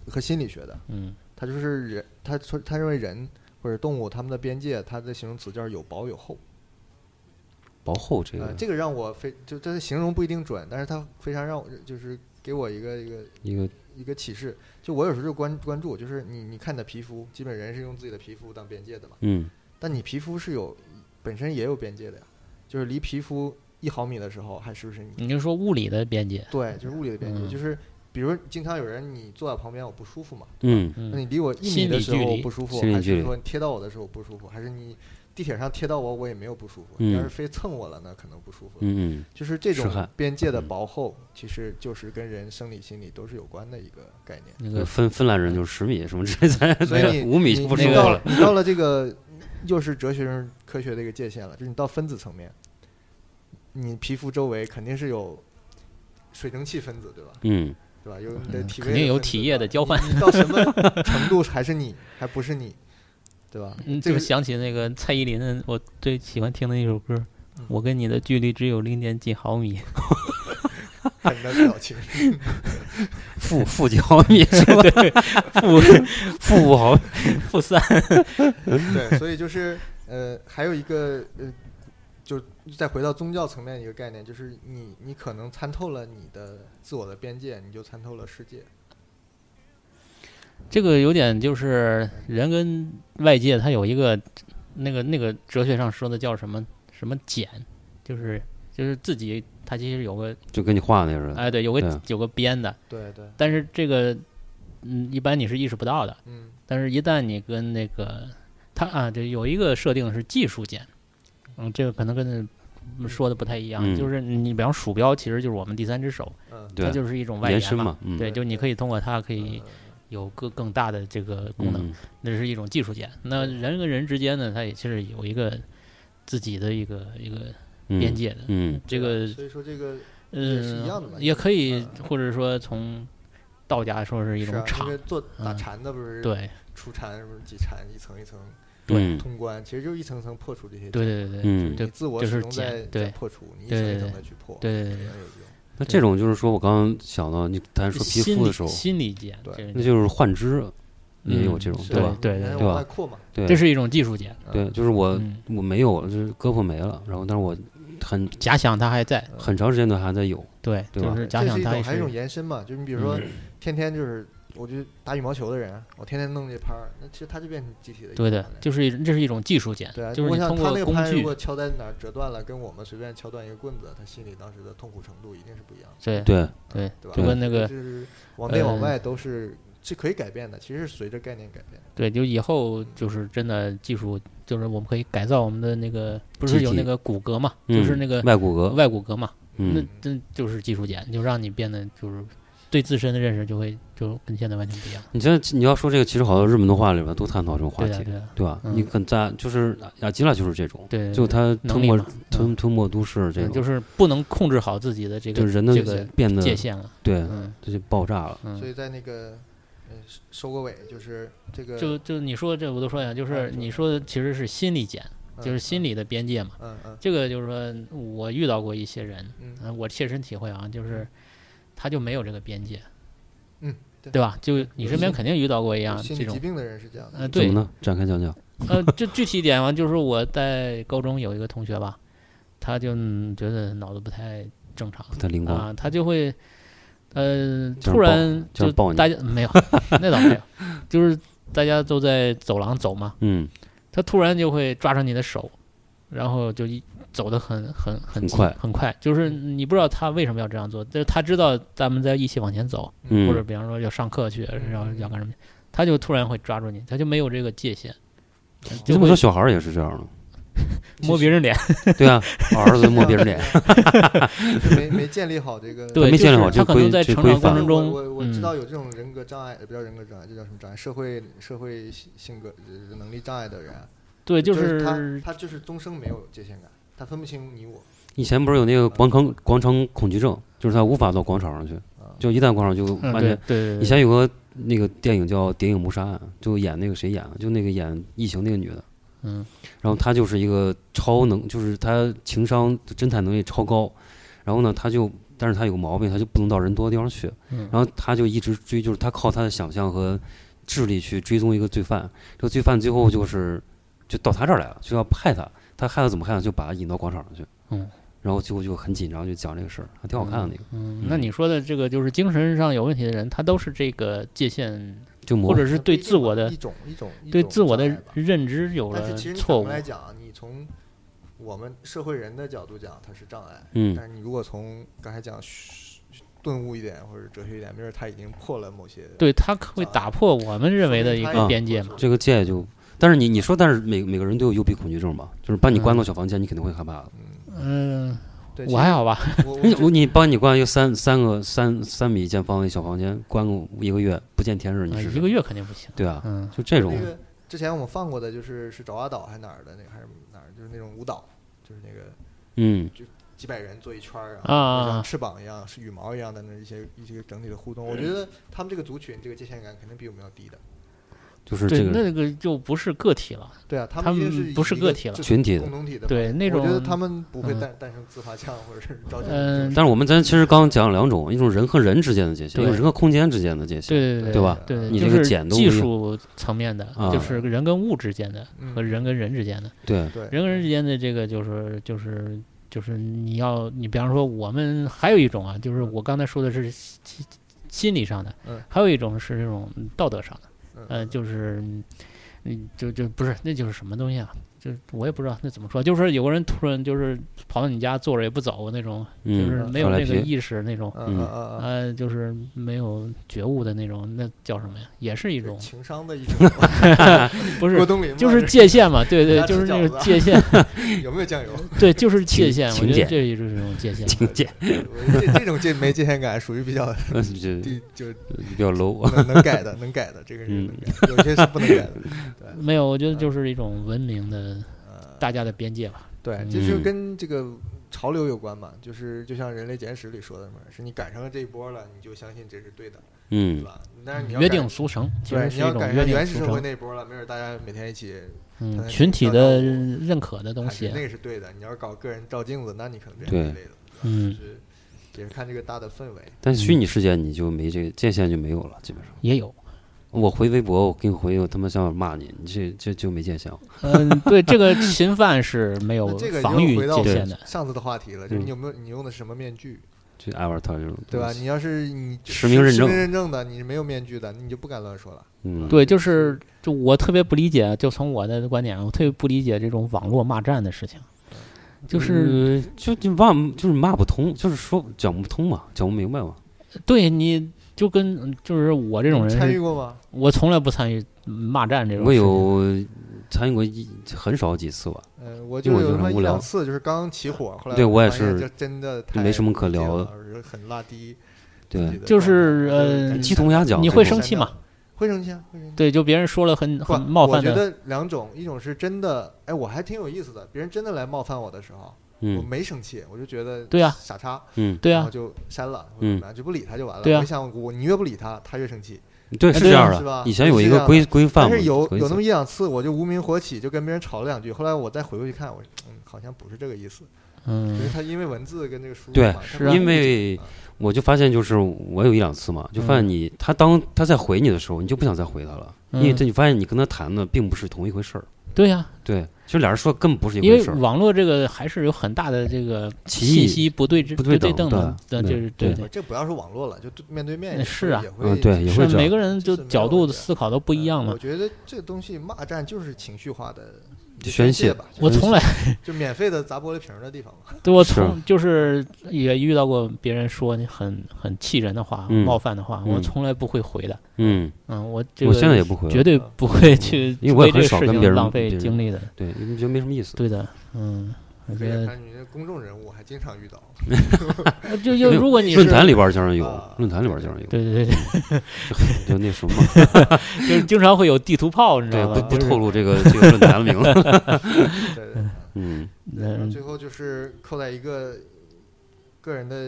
Speaker 4: 和心理学的，
Speaker 5: 嗯
Speaker 4: 他就是人，他说他认为人或者动物它们的边界，它的形容词叫有薄有厚。
Speaker 3: 薄厚这
Speaker 4: 呃
Speaker 3: 个，
Speaker 4: 这个让我非就这形容不一定准，但是它非常让我就是给我一个一个
Speaker 3: 一个
Speaker 4: 一个启示。就我有时候就关关注，就是你你看你的皮肤，基本人是用自己的皮肤当边界的嘛，
Speaker 3: 嗯
Speaker 4: 但你皮肤是有本身也有边界的呀，就是离皮肤一毫米的时候，还是不是你？
Speaker 5: 你就说物理的边界，
Speaker 4: 对，就是物理的边界，
Speaker 5: 嗯
Speaker 4: 就是比如经常有人你坐在旁边我不舒服嘛，
Speaker 3: 嗯
Speaker 4: 那
Speaker 5: 嗯
Speaker 4: 你离我一米
Speaker 5: 心
Speaker 4: 的
Speaker 5: 理
Speaker 4: 时
Speaker 5: 距
Speaker 4: 候我
Speaker 5: 离
Speaker 4: 不舒服，
Speaker 3: 心理
Speaker 4: 还
Speaker 3: 距
Speaker 4: 是
Speaker 3: 离
Speaker 4: 说你贴到我的时候我不舒服，还是你地铁上贴到我我也没有不舒服，
Speaker 3: 嗯
Speaker 4: 你要是非蹭我了那可能不舒服。
Speaker 3: 嗯嗯，
Speaker 4: 就是这
Speaker 3: 是
Speaker 4: 种
Speaker 3: 汗
Speaker 4: 边界的
Speaker 3: 嗯
Speaker 4: 薄厚，其实就是跟人生理心理都是有关的一个概
Speaker 3: *laughs*
Speaker 4: 念。
Speaker 5: 那
Speaker 3: 那
Speaker 5: 个
Speaker 3: 芬芬兰人就是十米什么这才
Speaker 4: 所以你
Speaker 3: 五米
Speaker 4: 你
Speaker 3: 就不
Speaker 4: 你
Speaker 3: 舒服
Speaker 4: 到
Speaker 3: 了，
Speaker 4: 你到了这个又是哲学上科学的一个界限了，就是你到分子层面，你皮肤周围肯定是有水蒸气分子，对吧？
Speaker 3: 嗯
Speaker 4: 对吧？有你的
Speaker 5: 嗯
Speaker 4: 体
Speaker 5: 肯
Speaker 4: 味
Speaker 5: 定有
Speaker 4: 分子
Speaker 5: 体
Speaker 4: 对
Speaker 5: 液
Speaker 4: 吧
Speaker 5: 的交换
Speaker 4: 你你到什么程度还是你，还不是你，对吧？
Speaker 5: 嗯，
Speaker 4: 这
Speaker 5: 就
Speaker 4: 个
Speaker 5: 想起那个蔡依林的，我最喜欢听的一首歌
Speaker 4: 嗯。
Speaker 5: 我跟你的距离只有零点几毫米，
Speaker 4: 看你的表
Speaker 5: *laughs*
Speaker 4: 情，
Speaker 3: 负负几毫
Speaker 4: *laughs*
Speaker 3: 米是吧？
Speaker 5: 负
Speaker 3: 负五毫米，
Speaker 5: 负三， *laughs*
Speaker 4: 对，所以就是呃，还有一个呃，就再回到宗教层面一个概念，就是你你可能参透了你的自我的边界，你就参透了世界。
Speaker 5: 这个有点就是人跟外界，它有一个那个那个哲学上说的叫什么什么茧，就是就是自己它其实有个
Speaker 3: 就跟你画那似的，
Speaker 5: 哎对有
Speaker 3: 对
Speaker 5: 个有个编的，
Speaker 4: 对对，
Speaker 5: 但是这个嗯一般你是意识不到的，
Speaker 4: 嗯
Speaker 5: 但是一旦你跟那个它啊对有一个设定是技术茧，嗯这个可能跟那说的不太一样，
Speaker 3: 嗯
Speaker 5: 就是你比方鼠标其实就是我们第三只手，
Speaker 4: 嗯，
Speaker 5: 它
Speaker 3: 对，
Speaker 5: 就是一种外
Speaker 3: 延伸
Speaker 5: 嘛，，
Speaker 3: 嗯，
Speaker 5: 对，就你可以通过它可以
Speaker 4: 嗯
Speaker 5: 有更更大的这个功能。
Speaker 3: 嗯
Speaker 5: 那是一种技术间。那人跟人之间呢，它也是有一个自己的一个一个
Speaker 3: 嗯
Speaker 5: 边界的。
Speaker 3: 嗯
Speaker 5: 这
Speaker 4: 对
Speaker 5: 个
Speaker 4: 所以说这个啊也是一样的
Speaker 5: 嗯
Speaker 4: 嘛，
Speaker 5: 也可以
Speaker 4: 嗯，
Speaker 5: 或者说从道家说是一
Speaker 4: 是
Speaker 5: 种
Speaker 4: 啊，
Speaker 5: 场
Speaker 4: 因为，做打
Speaker 5: 嗯
Speaker 4: 禅的不是
Speaker 5: 对
Speaker 4: 出禅，不是几禅一层一层
Speaker 3: 嗯
Speaker 4: 通关，其实就一层层破除这些
Speaker 5: 对
Speaker 4: 结
Speaker 5: 对对对
Speaker 3: 嗯
Speaker 4: 你
Speaker 5: 对
Speaker 4: 自我
Speaker 5: 就
Speaker 4: 始
Speaker 5: 是
Speaker 4: 终
Speaker 5: 减
Speaker 4: 在在
Speaker 5: 对
Speaker 4: 破除，你一层一层的去破，
Speaker 5: 对对
Speaker 4: 很
Speaker 5: 对
Speaker 4: 有用。
Speaker 3: 那这种就是说我刚刚想到你咱
Speaker 5: 对，
Speaker 3: 说皮
Speaker 5: 心
Speaker 3: 肤
Speaker 5: 理
Speaker 3: 的时候，
Speaker 5: 心理间，
Speaker 4: 对
Speaker 5: 这
Speaker 3: 那就是幻肢也有
Speaker 5: 嗯
Speaker 3: 这种
Speaker 4: 是
Speaker 3: 对
Speaker 4: 吧
Speaker 3: 吧？
Speaker 5: 对对
Speaker 4: 你还
Speaker 5: 对
Speaker 4: 要
Speaker 3: 对
Speaker 4: 往
Speaker 3: 吧
Speaker 4: 外扩嘛，
Speaker 5: 这
Speaker 3: 对
Speaker 5: 是一种技术间。
Speaker 3: 对，就是我
Speaker 5: 嗯，
Speaker 3: 我没有，就是胳膊没了，然后但是我很
Speaker 5: 假想它还在，
Speaker 3: 很长时间都还在有，
Speaker 5: 对，
Speaker 3: 对
Speaker 5: 就
Speaker 3: 吧
Speaker 5: 是假
Speaker 4: 啊这是
Speaker 5: 想
Speaker 4: 一
Speaker 5: 它
Speaker 4: 种还是一种
Speaker 5: 是，
Speaker 4: 延伸嘛，就是你比如说
Speaker 5: 嗯
Speaker 4: 天天就是。我就打羽毛球的人，我天天弄这拍儿，那其实他就变成集体的一
Speaker 5: 对
Speaker 4: 部
Speaker 5: 的
Speaker 4: 分了，
Speaker 5: 就是一这是一种技术间
Speaker 4: 对啊，，
Speaker 5: 就是
Speaker 4: 我
Speaker 5: 你
Speaker 4: 想
Speaker 5: 通
Speaker 4: 他
Speaker 5: 过
Speaker 4: 那个
Speaker 5: 工
Speaker 4: 拍如
Speaker 5: 具
Speaker 4: 果，敲在哪儿折断了，跟我们随便敲断一个棍子，他心里当时的痛苦程度一定是不一样的，
Speaker 5: 对
Speaker 3: 对，
Speaker 5: 对
Speaker 4: 对吧？
Speaker 5: 就跟那
Speaker 4: 这
Speaker 5: 个
Speaker 4: 就是往内往
Speaker 5: 呃
Speaker 4: 外都是是可以改变的，其实是随着概念改变的。
Speaker 5: 对，就以后就是真的技术，就是我们可以改造我们的那个，不是
Speaker 3: 机
Speaker 5: 有那
Speaker 3: 体
Speaker 5: 个骨骼嘛，就是
Speaker 3: 嗯
Speaker 5: 那个
Speaker 3: 外骨骼，
Speaker 5: 外骨骼嘛，那
Speaker 3: 嗯
Speaker 5: 真就是技术检，就让你变得就是对自身的认识就会就跟现在完全不一样。
Speaker 3: 你这你要说这个，其实好多日本动画里边都探讨这种话
Speaker 5: 对
Speaker 3: 题
Speaker 5: 的，，对的，
Speaker 3: 对啊吧？
Speaker 5: 嗯
Speaker 3: 你很在就是雅基拉就是这种，
Speaker 5: 对，
Speaker 3: 就他
Speaker 5: 能
Speaker 3: 吞
Speaker 5: 力
Speaker 3: 没
Speaker 5: 嘛
Speaker 3: 吞吞没都市这
Speaker 5: 嗯
Speaker 3: 种，
Speaker 5: 就是不能控制好自己的这个
Speaker 3: 就是人的
Speaker 5: 这个
Speaker 3: 变得
Speaker 5: 界限了。
Speaker 3: 对，
Speaker 5: 嗯
Speaker 3: 这就爆炸了。
Speaker 5: 嗯
Speaker 4: 所，以在那个呃收收个尾，就是这个
Speaker 5: 嗯就就你说这我都说呀，就是
Speaker 4: 嗯
Speaker 5: 你说的其实是心理检，就是心
Speaker 4: 理，
Speaker 5: 理的边界嘛。
Speaker 4: 嗯嗯
Speaker 5: 这个就是说我遇到过一些人，
Speaker 4: 嗯
Speaker 5: 嗯，我切身体会啊，就是他就没有这个边界，
Speaker 4: 嗯，对
Speaker 5: 对吧？就你
Speaker 4: 有
Speaker 5: 身边
Speaker 4: 些
Speaker 5: 肯定遇到过一样
Speaker 4: 嗯，心
Speaker 5: 啊这
Speaker 4: 理疾
Speaker 5: 种，
Speaker 4: 病的人是这样的，
Speaker 3: 怎
Speaker 5: 呃，对
Speaker 3: 么，呢？展开讲讲。
Speaker 5: 呃，就具体一点嘛，就是我在高中有一个同学吧，他就嗯觉得脑子不太正常
Speaker 3: 不太灵光，
Speaker 5: 啊，他就会，呃，
Speaker 3: 这样
Speaker 5: 突
Speaker 3: 抱
Speaker 5: 然
Speaker 3: 这样
Speaker 5: 就
Speaker 3: 哦抱你
Speaker 5: 大家嗯没
Speaker 3: *laughs*
Speaker 5: 有，那倒没有，就是大家都在走廊走嘛，
Speaker 3: 嗯，
Speaker 5: 他突然就会抓着你的手，然后就一走得很很很
Speaker 3: 很
Speaker 5: 急
Speaker 3: 快嗯
Speaker 5: 很快，就是你不知道他为什么要这样做，就是他知道咱们在一起往前走，
Speaker 3: 嗯
Speaker 5: 或者比方说要上课去，
Speaker 4: 嗯
Speaker 5: 然后要干什么，他就突然会抓住你，他就没有这个界限，
Speaker 4: 哦
Speaker 3: 你
Speaker 5: 就
Speaker 3: 这么说，
Speaker 5: 会
Speaker 3: 小孩儿也是这样
Speaker 5: *laughs*
Speaker 3: 的，
Speaker 5: 摸别人脸，
Speaker 3: 对啊，我儿子摸别人脸，
Speaker 4: 就 *laughs* 没没建立好这个
Speaker 5: 对，
Speaker 3: 没建立好
Speaker 5: 就是
Speaker 3: 这个
Speaker 5: 他可
Speaker 3: 规
Speaker 5: 能在
Speaker 3: 这
Speaker 5: 成
Speaker 3: 规
Speaker 5: 长过
Speaker 3: 范
Speaker 5: 程中，
Speaker 4: 我我我
Speaker 5: 嗯
Speaker 4: 知道有这种人格障碍，也不叫人格障碍，这叫什么障碍？社会社会性性格呃能力障碍的人，
Speaker 5: 对，就
Speaker 4: 他
Speaker 5: 是
Speaker 4: 他就是终生没有界限感，他分不清你我
Speaker 3: 以前不是有那个广场广场恐惧症，就是他无法到广场上去，
Speaker 4: 啊。
Speaker 3: 就一旦广场就
Speaker 5: 嗯，
Speaker 3: 完全。
Speaker 5: 对对
Speaker 3: 以
Speaker 5: 对对，
Speaker 3: 前有个那个电影叫《谍影谋杀案》，就演那个谁演的，就那个演异形那个女的，
Speaker 5: 嗯，
Speaker 3: 然后她就是一个超能，就是她情商侦探能力超高，然后呢，她就但是她有个毛病，她就不能到人多的地方去，
Speaker 5: 嗯
Speaker 3: 然后她就一直追，就是她靠她的想象和智力去追踪一个罪犯，这个罪犯最后就是就到她这儿来了，就要害她，她害她怎么害她，就把她引到广场上去，
Speaker 5: 嗯，
Speaker 3: 然后最后就很紧张，就讲这个事儿，还挺好看的那个，
Speaker 5: 嗯，那你说的这个就是精神上有问题的人，他都是这个界限，
Speaker 3: 就模
Speaker 5: 或
Speaker 3: 糊
Speaker 5: 者是对自我的
Speaker 4: 一种一种一种
Speaker 5: 对自我的
Speaker 4: 障碍吧
Speaker 5: 认知有
Speaker 4: 但
Speaker 5: 了
Speaker 4: 是其实你反
Speaker 5: 错
Speaker 4: 过
Speaker 5: 误，
Speaker 4: 来讲，你从我们社会人的角度讲，它是障碍。
Speaker 3: 嗯
Speaker 4: 但是你如果从刚才讲嘘顿悟一点，或者哲学一点，没准他已经破了某些。
Speaker 5: 对他会
Speaker 4: 障碍
Speaker 5: 打破我们认为的一
Speaker 4: 说
Speaker 3: 明
Speaker 5: 个
Speaker 3: 他
Speaker 5: 边界嘛。
Speaker 3: 这个界就，但是你你说，但是每每个人都有幽闭恐惧症吧？就是把你关到小房间，你肯定会害怕的。
Speaker 5: 嗯，
Speaker 4: 对，
Speaker 5: 我还好吧，
Speaker 4: 我
Speaker 3: 你
Speaker 5: *laughs*
Speaker 4: 我
Speaker 3: 我你把你关一个三三个三三米见方的小房间，关个一个月不见天日，你
Speaker 5: 啊
Speaker 3: 试
Speaker 5: 一
Speaker 3: 试？
Speaker 5: 个月肯定不行。
Speaker 3: 对啊，
Speaker 5: 嗯，
Speaker 3: 就这种
Speaker 4: 那个之前我们放过的就是是爪哇岛还是哪儿的那个还是哪儿，就是那种舞蹈，就是那个
Speaker 3: 嗯
Speaker 4: 几百人坐一圈儿
Speaker 5: 啊啊
Speaker 4: 啊，就
Speaker 5: 啊
Speaker 4: 像翅膀一样是羽毛一样的那一些一些整体的互动。我觉得他们这个族群这个界限感肯定比我们要低的。
Speaker 3: 就是
Speaker 5: 对
Speaker 3: 这，个
Speaker 5: 那个就不是个体了，
Speaker 4: 对啊，他
Speaker 5: 他
Speaker 4: 们一定
Speaker 5: 们
Speaker 4: 是
Speaker 5: 不
Speaker 4: 以
Speaker 5: 是
Speaker 4: 一
Speaker 5: 个
Speaker 4: 个
Speaker 5: 体了
Speaker 4: 就
Speaker 3: 群体的
Speaker 4: 共。同体的嘛。
Speaker 5: 对那种
Speaker 4: 我觉得他们不会
Speaker 5: 嗯
Speaker 4: 诞诞生自发枪或者是着急。
Speaker 5: 嗯
Speaker 3: 但是我们咱其实刚刚讲了两种，一种人和人之间的界限，
Speaker 5: 对
Speaker 3: 一种人和空间之间的界限。
Speaker 5: 对对
Speaker 3: 对吧
Speaker 5: 对，
Speaker 3: 你
Speaker 5: 就
Speaker 3: 这个
Speaker 5: 是
Speaker 3: 简都
Speaker 5: 技
Speaker 3: 不一样
Speaker 5: 术层面的，
Speaker 3: 啊
Speaker 5: 就是人跟物之间的
Speaker 4: 嗯
Speaker 5: 和人跟人之间的，
Speaker 3: 对，
Speaker 4: 对
Speaker 5: 人跟人之间的这个就是就是就是你要你比方说我们还有一种啊，就是我刚才说的是心心理上的
Speaker 4: 嗯，
Speaker 5: 还有一种是这种道德上的，呃，
Speaker 4: 嗯
Speaker 5: 就是嗯就就不是那就是什么东西啊。就是我也不知道那怎么说，就是说有个人突然就是跑到你家坐着也不走那种，就
Speaker 3: 嗯，
Speaker 5: 是没有
Speaker 3: 小赖
Speaker 5: 那个
Speaker 3: 皮，
Speaker 5: 意识那种，
Speaker 4: 嗯嗯嗯嗯
Speaker 5: 呃，就是没有觉悟的那种，那叫什么呀？也是一
Speaker 4: 对
Speaker 5: 种，
Speaker 4: 情商的一种 *laughs*
Speaker 5: 不
Speaker 4: 郭
Speaker 5: 是，
Speaker 4: 冬临嘛，
Speaker 5: 就
Speaker 4: 这
Speaker 5: 是界限嘛，对对，
Speaker 4: 家吃
Speaker 5: 就是那
Speaker 4: 饺 *laughs*
Speaker 5: 个
Speaker 4: 子
Speaker 5: 界限，
Speaker 4: 有没有酱油？ *laughs*
Speaker 5: 对，就是界
Speaker 3: 勤
Speaker 5: 限，我
Speaker 3: 勤
Speaker 5: 觉得
Speaker 3: 俭
Speaker 5: 这就是一种界限。
Speaker 3: 听见， *laughs*
Speaker 4: 我这这种界没界限感属于比较
Speaker 3: 呃这 *laughs*
Speaker 4: 低，就是
Speaker 3: 比较 low。
Speaker 4: 能能改的，能改的，这个是能
Speaker 3: 嗯
Speaker 4: 改的，有些是不能
Speaker 3: *laughs*
Speaker 4: 改的。
Speaker 5: 没有，我觉得就是一种文明的
Speaker 4: 呃，
Speaker 5: 大家的边界吧。
Speaker 4: 对，这
Speaker 3: 嗯
Speaker 4: 就跟这个潮流有关嘛，就是就像《人类简史》里说的嘛，是你赶上了这一波了，你就相信这是对的，对
Speaker 3: 嗯，
Speaker 4: 吧？但是你要
Speaker 5: 约
Speaker 4: 赶
Speaker 5: 定俗成，其
Speaker 4: 对，
Speaker 5: 实
Speaker 4: 你
Speaker 5: 是一
Speaker 4: 要
Speaker 5: 种
Speaker 4: 赶
Speaker 5: 约
Speaker 4: 上
Speaker 5: 定
Speaker 4: 原始
Speaker 5: 俗
Speaker 4: 社会
Speaker 5: 成，
Speaker 4: 那一波了，没准大家每天一起
Speaker 5: 嗯，
Speaker 4: 才
Speaker 5: 群
Speaker 4: 能
Speaker 5: 体
Speaker 4: 找到
Speaker 5: 的
Speaker 4: 我
Speaker 5: 认可的东
Speaker 4: 喊着
Speaker 5: 西
Speaker 4: 那，个是对的。你要是搞个人照镜子，那你可能变
Speaker 3: 对
Speaker 4: 成这类的，就
Speaker 5: 嗯，
Speaker 4: 是也是看这个大的氛围。
Speaker 3: 但虚拟世界你就没这个界限就没有了，基本上。
Speaker 5: 也有，
Speaker 3: 我回微博，我给你回，我他妈想骂你，你这这就没界限。
Speaker 5: 嗯，对，这个侵犯是没有
Speaker 4: 那这个
Speaker 5: 防御
Speaker 4: 又回到
Speaker 5: 界
Speaker 4: 我
Speaker 5: 限
Speaker 4: 们
Speaker 5: 的，
Speaker 4: 上次的话题了，就是
Speaker 3: 嗯
Speaker 4: 你有没有你用的是什么面具，
Speaker 3: 就艾瓦塔这种东西，
Speaker 4: 对吧？你要是你就
Speaker 3: 嗯实名认证
Speaker 4: 实名认证的，你是没有面具的，你就不敢乱说了。
Speaker 3: 嗯，
Speaker 5: 对，就是就我特别不理解，就从我的观点啊，我特别不理解这种网络骂战的事情，就是、
Speaker 3: 呃就就骂就是骂不通，就是说讲不通嘛，讲不明白嘛。对
Speaker 5: 你就跟就是我这
Speaker 4: 这
Speaker 5: 种人
Speaker 4: 参与
Speaker 5: 是，
Speaker 4: 过吗？
Speaker 5: 我从来不参与骂战这种
Speaker 3: 我
Speaker 5: 事情。
Speaker 3: 有参与过一很少几次吧，
Speaker 4: 呃，我
Speaker 3: 因
Speaker 4: 就
Speaker 3: 为我
Speaker 4: 有
Speaker 3: 就
Speaker 4: 他妈
Speaker 3: 很无
Speaker 4: 一
Speaker 3: 聊
Speaker 4: 两次，就是刚起火，后来
Speaker 3: 对我也
Speaker 4: 发现
Speaker 3: 是
Speaker 4: 就真的
Speaker 3: 没什么可聊的
Speaker 4: 的，而且很拉低。自己
Speaker 3: 对，哎
Speaker 4: 的
Speaker 5: 就是
Speaker 4: 状态
Speaker 5: 呃
Speaker 4: 赶紧
Speaker 3: 鸡同鸭讲，
Speaker 5: 你
Speaker 3: 这
Speaker 5: 会
Speaker 3: 种
Speaker 5: 生气吗？
Speaker 4: 会生气啊，会生气。
Speaker 5: 对，就别人说了很
Speaker 4: 不
Speaker 5: 很冒犯
Speaker 4: 我觉
Speaker 5: 的，
Speaker 4: 得两种，一种是真的，哎，我还挺有意思的，别人真的来冒犯我的时候，我
Speaker 3: 嗯
Speaker 4: 没生气，我就觉得
Speaker 5: 对啊
Speaker 4: 傻叉，
Speaker 3: 嗯，
Speaker 5: 对
Speaker 4: 然
Speaker 5: 啊
Speaker 4: 后，就删了，或者
Speaker 3: 嗯
Speaker 4: 怎么样就不理他就完了。
Speaker 5: 对啊
Speaker 4: 我想我你越不理他，他越生气。
Speaker 3: 对，
Speaker 5: 哎
Speaker 3: 是
Speaker 5: 对
Speaker 3: 这
Speaker 5: 啊
Speaker 3: 样
Speaker 4: 是吧
Speaker 3: 的。以前有
Speaker 4: 是
Speaker 3: 一
Speaker 4: 这
Speaker 3: 个
Speaker 4: 样
Speaker 3: 规规范
Speaker 4: 但
Speaker 3: 嘛，
Speaker 4: 是有
Speaker 3: 规
Speaker 4: 有那
Speaker 3: 则
Speaker 4: 么一两次，我就无名火起，就跟别人吵了两句。后来我再回过去看，我说嗯，好像不是这个意思，就
Speaker 5: 嗯
Speaker 4: 是他因为文字跟这个输入
Speaker 3: 对
Speaker 4: 嘛
Speaker 5: 是
Speaker 4: 他不
Speaker 5: 啊
Speaker 4: 理
Speaker 3: 因为
Speaker 4: 啊
Speaker 3: 我就发现，就是我有一两次嘛，就发
Speaker 5: 嗯
Speaker 3: 现你他当他在回你的时候，你就不想再回他了，因为
Speaker 5: 嗯
Speaker 3: 这你发现你跟他谈的并不是同一回事儿。
Speaker 5: 对呀、
Speaker 3: 对，其实俩人说根本不是一
Speaker 5: 因
Speaker 3: 回
Speaker 5: 为
Speaker 3: 事儿。
Speaker 5: 网络这个还是有很大的这个
Speaker 3: 歧
Speaker 5: 信
Speaker 3: 义
Speaker 5: 息不对之
Speaker 3: 不
Speaker 5: 对
Speaker 3: 对等
Speaker 5: 的，
Speaker 3: 对
Speaker 5: 呃就是
Speaker 3: 对
Speaker 5: 对，
Speaker 4: 这不要说网络了，就对面对面
Speaker 5: 嗯
Speaker 4: 也
Speaker 5: 是
Speaker 4: 会
Speaker 5: 啊
Speaker 4: 也会
Speaker 3: 嗯，对，也
Speaker 5: 是
Speaker 3: 会这
Speaker 5: 每
Speaker 3: 样。
Speaker 5: 个人就
Speaker 4: 就是没
Speaker 5: 角
Speaker 4: 有
Speaker 5: 度
Speaker 4: 这样
Speaker 5: 思考都不一
Speaker 4: 嗯
Speaker 5: 样嘛
Speaker 4: 我。觉得这东西骂战就是情绪化的
Speaker 3: 宣泄
Speaker 4: 泄吧，
Speaker 5: 我从来
Speaker 4: 就免费的砸玻璃瓶儿的地方嘛。
Speaker 5: 对我
Speaker 3: 是
Speaker 5: 从就是也遇到过别人说你很很气人的话、
Speaker 3: 嗯
Speaker 5: 冒犯的话，我
Speaker 3: 嗯
Speaker 5: 从来不会回的。
Speaker 3: 嗯，
Speaker 5: 嗯，我这个
Speaker 3: 我现在也不回
Speaker 5: 绝
Speaker 3: 了。
Speaker 5: 对不会去
Speaker 3: 因为我也
Speaker 5: 为这
Speaker 3: 很
Speaker 5: 个
Speaker 3: 少
Speaker 5: 事
Speaker 3: 跟
Speaker 5: 情
Speaker 3: 别人
Speaker 5: 浪
Speaker 3: 别
Speaker 5: 费
Speaker 3: 人
Speaker 5: 精力的。
Speaker 3: 对，因为觉得没什么意思。
Speaker 5: 对的，嗯，我
Speaker 4: 可
Speaker 5: 觉
Speaker 4: 以
Speaker 5: 得
Speaker 4: 看你这公众人物还经常遇
Speaker 5: *laughs*
Speaker 4: 到，
Speaker 5: 呃就就
Speaker 3: 没有
Speaker 5: 如果你
Speaker 3: 论
Speaker 5: 是
Speaker 3: 坛里边儿经常有
Speaker 4: 啊，
Speaker 3: 论坛里边儿经常有，
Speaker 5: 对对对对，
Speaker 3: 就那什么，
Speaker 5: 就是经常会有地图炮，你知
Speaker 3: 对，
Speaker 5: 道吧？
Speaker 3: 不不
Speaker 5: 就是
Speaker 3: 透露这个 *laughs* 这个论坛的名字。
Speaker 4: 对
Speaker 5: *laughs*
Speaker 4: 对对。
Speaker 3: 嗯，
Speaker 4: 对然后
Speaker 5: 嗯
Speaker 4: 最后就是扣在一个个人的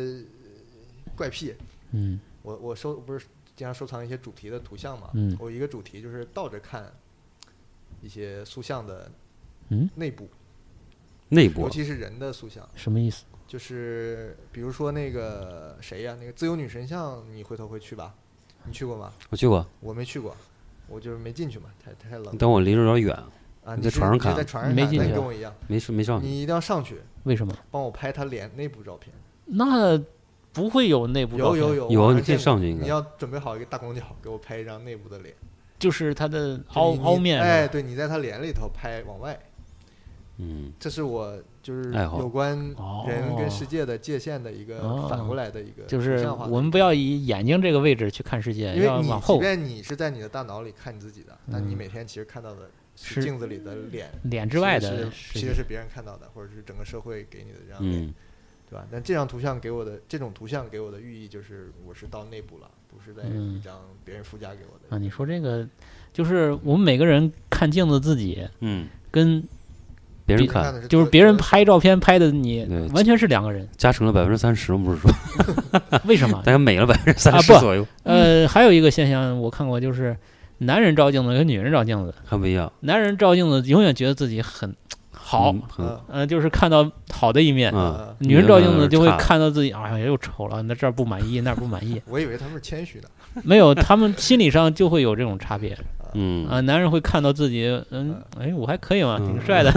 Speaker 4: 怪癖，
Speaker 5: 嗯
Speaker 4: 我我收不是经常收藏一些主题的图像嘛，
Speaker 5: 嗯
Speaker 4: 我有一个主题就是倒着看一些塑像的
Speaker 5: 嗯
Speaker 4: 内部，
Speaker 3: 内
Speaker 4: 尤
Speaker 3: 部啊
Speaker 4: 其是人的塑像，
Speaker 5: 什么意思？
Speaker 4: 就是比如说那个谁呀、那个自由女神像，你回头会去吧？你去过吗？
Speaker 3: 我去过，
Speaker 4: 我没去过，我就是没进去嘛，太太冷
Speaker 3: 但我离着有点远，
Speaker 4: 啊！
Speaker 3: 你
Speaker 4: 你
Speaker 3: 在
Speaker 4: 是
Speaker 3: 船上
Speaker 4: 你是
Speaker 3: 看
Speaker 4: 在船上
Speaker 5: 没
Speaker 4: 看，
Speaker 5: 进
Speaker 4: 那
Speaker 5: 去
Speaker 4: 你跟
Speaker 5: 啊
Speaker 4: 我一样，
Speaker 3: 没事没上去。
Speaker 4: 你一定要上去
Speaker 5: 为什么？
Speaker 4: 帮我拍她脸内部照片。
Speaker 5: 那不会有内部照
Speaker 4: 有
Speaker 5: 片
Speaker 4: 有，有
Speaker 3: 有啊
Speaker 4: 我
Speaker 3: 你
Speaker 4: 还
Speaker 3: 可以
Speaker 4: 见
Speaker 3: 上
Speaker 4: 过
Speaker 3: 去应
Speaker 4: 你
Speaker 3: 该
Speaker 4: 要准备好一个大广角，给我拍一张内部的脸，
Speaker 5: 就是它的
Speaker 4: 就
Speaker 5: 凹
Speaker 4: 你
Speaker 5: 凹
Speaker 4: 你
Speaker 5: 面。
Speaker 4: 哎，，对你在他脸里头拍往外，
Speaker 3: 嗯，
Speaker 4: 这是我就是
Speaker 3: 爱好
Speaker 4: 有关人
Speaker 5: 哦
Speaker 4: 跟世界的界限的一个
Speaker 5: 哦
Speaker 4: 反过来的一个
Speaker 5: 就是
Speaker 4: 图像化的
Speaker 5: 我们不要以眼睛这个位置去看世界，
Speaker 4: 因
Speaker 5: 要
Speaker 4: 为你
Speaker 5: 往
Speaker 4: 即
Speaker 5: 后
Speaker 4: 便你是在你的大脑里看你自己的，但你
Speaker 5: 嗯
Speaker 4: 每天其实看到的
Speaker 5: 是
Speaker 4: 是镜子里的脸
Speaker 5: 脸
Speaker 4: 其
Speaker 5: 之
Speaker 4: 实
Speaker 5: 外
Speaker 4: 是
Speaker 5: 的世
Speaker 4: 其
Speaker 5: 界
Speaker 4: 实是别人看到的，或者是整个社会给你的这样脸，
Speaker 3: 嗯，
Speaker 4: 对吧？但这张图像给我的这种图像给我的寓意就是我是到内部了，不是在
Speaker 5: 嗯
Speaker 4: 一张别人附加给我
Speaker 5: 啊。
Speaker 4: 的。
Speaker 5: 你说这个，就是我们每个人看镜子自己，
Speaker 3: 嗯，
Speaker 5: 跟
Speaker 3: 别人
Speaker 5: 比
Speaker 3: 看
Speaker 4: 看
Speaker 5: 就是别人拍照片拍的你
Speaker 3: 对，
Speaker 5: 完全是两个人。
Speaker 3: 加成了百分之三十，不是说
Speaker 5: 为
Speaker 3: *laughs*
Speaker 5: 什么
Speaker 3: 大？概美了百分之
Speaker 5: 啊
Speaker 3: 三十
Speaker 5: 不
Speaker 3: 左右，
Speaker 5: 呃，还有一个现象我看过，就是男人照镜子跟女人照镜子，
Speaker 3: 还不一样。
Speaker 5: 男人照镜子永远觉得自己很好，
Speaker 3: 嗯很
Speaker 4: 嗯
Speaker 5: 呃，就是看到好的一面。
Speaker 3: 啊，
Speaker 4: 嗯，
Speaker 5: 女人照镜子就会
Speaker 3: 女人
Speaker 5: 看到自己，哎呀，又丑了，那这儿不满意，那儿不满意
Speaker 4: 我以为他们是谦虚呢。
Speaker 5: 没有，他们心理上就会有这种差别
Speaker 3: 嗯
Speaker 5: 啊。男人会看到自己，嗯，哎，我还可以嘛，
Speaker 3: 嗯
Speaker 5: 挺帅的，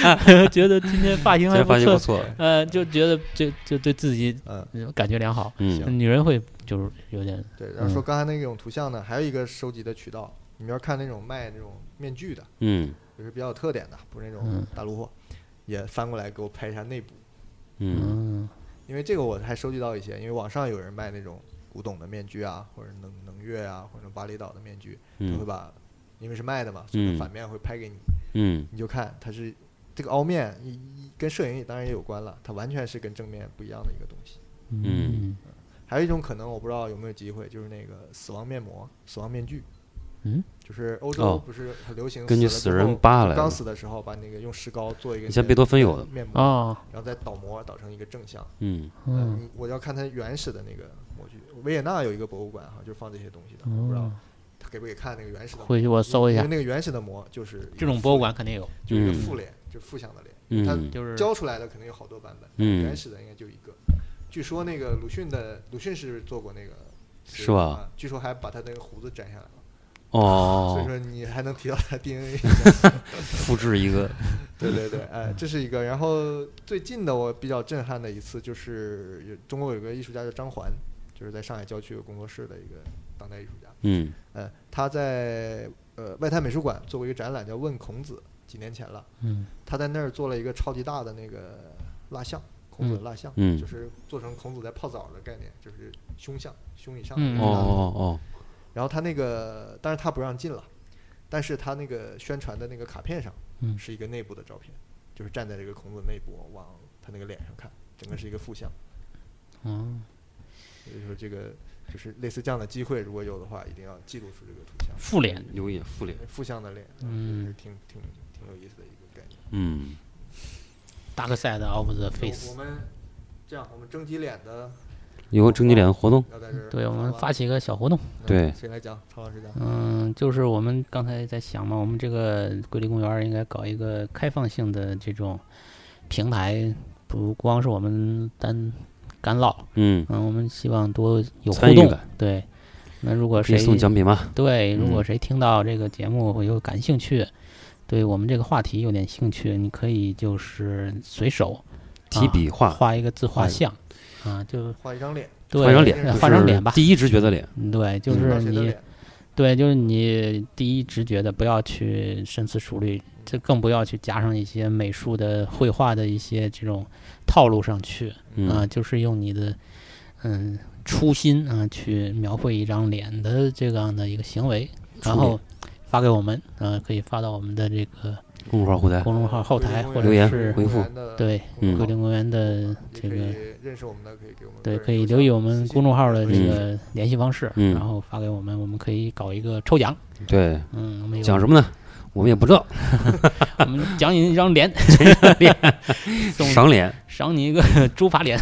Speaker 5: *laughs* 觉得今天发型
Speaker 3: 今
Speaker 5: 还
Speaker 3: 天
Speaker 5: 不
Speaker 3: 发现不
Speaker 5: 错，
Speaker 3: 错，
Speaker 5: 呃，就觉得就就对自己
Speaker 4: 嗯，
Speaker 5: 感觉良好。
Speaker 3: 嗯
Speaker 4: 行
Speaker 5: 女人会就是有点
Speaker 4: 对。然后
Speaker 5: 嗯
Speaker 4: 说刚才那种图像呢，还有一个收集的渠道，你们要看那种卖那种面具的，
Speaker 3: 嗯
Speaker 4: 就是比较有特点的，不是那
Speaker 5: 嗯
Speaker 4: 种大陆货，也翻过来给我拍一下内部，
Speaker 3: 嗯
Speaker 5: 嗯
Speaker 4: 因为这个我还收集到一些，因为网上有人卖那种古董的面具啊，或者能能乐啊，或者巴厘岛的面具，他会
Speaker 3: 嗯
Speaker 4: 把，因为是卖的嘛，所以它
Speaker 3: 嗯
Speaker 4: 反面会拍给你，
Speaker 3: 嗯
Speaker 4: 你就看它是这个凹面，一一跟摄影也当然也有关了，它完全是跟正面不一样的一个东西。
Speaker 5: 嗯
Speaker 4: 还有一种可能，我不知道有没有机会，就是那个死亡面膜、死亡面具。
Speaker 5: 嗯，
Speaker 4: 就是欧洲
Speaker 3: 哦
Speaker 4: 不是很流行
Speaker 3: 根据
Speaker 4: 了
Speaker 3: 死
Speaker 4: 之
Speaker 3: 人
Speaker 4: 后
Speaker 3: 扒来
Speaker 4: 刚
Speaker 3: 的
Speaker 4: 死的时候把那个用石膏做一个
Speaker 3: 以前贝多芬有的
Speaker 4: 面膜，
Speaker 5: 哦
Speaker 4: 然后再倒模倒成一个正向。
Speaker 3: 嗯
Speaker 4: 呃
Speaker 5: 嗯
Speaker 4: 你我要看它原始的那个模具。维也纳有一个博物馆哈，就是放这些东西的，我不知道
Speaker 5: 哦，
Speaker 4: 他给不给看那个原始的模。
Speaker 5: 回去我搜一
Speaker 4: 因
Speaker 5: 下
Speaker 4: 为，那个原始的膜就是一个
Speaker 5: 这种
Speaker 4: 复
Speaker 5: 博物馆肯定有，
Speaker 4: 就是一个
Speaker 3: 嗯
Speaker 4: 副脸，就是负向的脸。它
Speaker 3: 嗯
Speaker 5: 就是
Speaker 4: 教出来的可能有好多版本，
Speaker 3: 嗯
Speaker 4: 原始的应该就一个。据说那个鲁迅的鲁迅是做过那个，
Speaker 3: 是吧
Speaker 4: 啊据说还把他那个胡子摘下来了，所以
Speaker 3: 哦，
Speaker 4: 说你还能提到他
Speaker 3: *laughs*
Speaker 4: DNA。
Speaker 3: 复制一个
Speaker 4: 对对对，哎，这是一个。然后最近的我比较震撼的一次就是有中国有个艺术家叫张环，就是在上海郊区有工作室的一个当代艺术家，
Speaker 3: 嗯
Speaker 4: 呃，他在呃外滩美术馆做过一个展览叫《问孔子》，几年前了。
Speaker 5: 嗯
Speaker 4: 他在那儿做了一个超级大的那个蜡像，孔子的蜡像，
Speaker 3: 嗯
Speaker 4: 就是做成孔子在泡澡的概念，就是胸像，胸以上。
Speaker 5: 嗯
Speaker 3: 哦哦
Speaker 4: 然后他那个，但是他不让进了，但是他那个宣传的那个卡片上，
Speaker 5: 嗯
Speaker 4: 是一个内部的照片，就是站在这个孔子内部往他那个脸上看，整个是一个负像。
Speaker 5: 嗯，
Speaker 4: 所以说这个就是类似这样的机会，如果有的话，一定要记录出这个图像。
Speaker 5: 复联，
Speaker 3: 有眼复联，
Speaker 4: 负向的脸，
Speaker 5: 嗯
Speaker 4: 就是挺挺挺有意思的一个概念。
Speaker 3: 嗯，
Speaker 5: Dark Side of the
Speaker 4: 我我
Speaker 5: Face。
Speaker 4: 们这样，我们征集脸的
Speaker 3: 有个整体脸活动，
Speaker 4: 要在这儿
Speaker 5: 对，我们
Speaker 4: 吗
Speaker 5: 发起一个小活动，
Speaker 4: 嗯
Speaker 3: 对
Speaker 4: 谁来讲？曹老师讲。
Speaker 5: 嗯，就是我们刚才在想嘛，我们这个桂林公园儿应该搞一个开放性的这种平台，不光是我们单干唠，
Speaker 3: 嗯，
Speaker 5: 嗯，我们希望多有
Speaker 3: 参与
Speaker 5: 互动
Speaker 3: 感，
Speaker 5: 对。那如果
Speaker 3: 可以
Speaker 5: 谁啊
Speaker 3: 送奖品吗？
Speaker 5: 对，如果
Speaker 3: 嗯
Speaker 5: 谁听到这个节目有感兴趣，对我们这个话题有点兴趣，你可以就是随手
Speaker 3: 提笔
Speaker 5: 画
Speaker 3: 画，
Speaker 5: 画一个自
Speaker 3: 画
Speaker 5: 画
Speaker 3: 一个
Speaker 5: 像，啊，就
Speaker 4: 画一张脸，
Speaker 5: 对，呃
Speaker 3: 张脸，
Speaker 5: 画张脸吧。
Speaker 3: 第一直觉的脸，
Speaker 5: 嗯对，就
Speaker 3: 嗯
Speaker 4: 不知道
Speaker 5: 是
Speaker 4: 谁的
Speaker 5: 你，
Speaker 4: 脸，
Speaker 5: 对，就是你第一直觉的，不要去深思熟虑，这更不要去加上一些美术的、绘画的一些这种套路上去啊，
Speaker 3: 嗯，
Speaker 5: 就是用你的嗯初心啊去描绘一张脸的这样的一个行为，然
Speaker 3: 初
Speaker 5: 后
Speaker 3: 脸
Speaker 5: 发给我们，呃，可以发到我们的这个
Speaker 3: 公众号后台，
Speaker 5: 公众嗯号后台或者
Speaker 3: 留言
Speaker 5: 是
Speaker 3: 回复
Speaker 5: 对
Speaker 3: 嗯
Speaker 5: 桂林公园的这个
Speaker 4: 也可以认识我们的可以给我们
Speaker 5: 对，
Speaker 4: 个人
Speaker 5: 可以
Speaker 4: 邮
Speaker 5: 留意
Speaker 4: 箱
Speaker 5: 我们
Speaker 4: 私信
Speaker 5: 公众号的这
Speaker 3: 嗯
Speaker 5: 个联系方式，
Speaker 3: 嗯
Speaker 5: 然后发给我们，我们可以搞一个抽奖。
Speaker 3: 对，
Speaker 5: 嗯，我们有
Speaker 3: 讲什么呢？我们也不知道，
Speaker 5: 我们奖你一张脸， *laughs* 送
Speaker 3: 赏脸，
Speaker 5: 赏你一个 *laughs* 猪扒脸。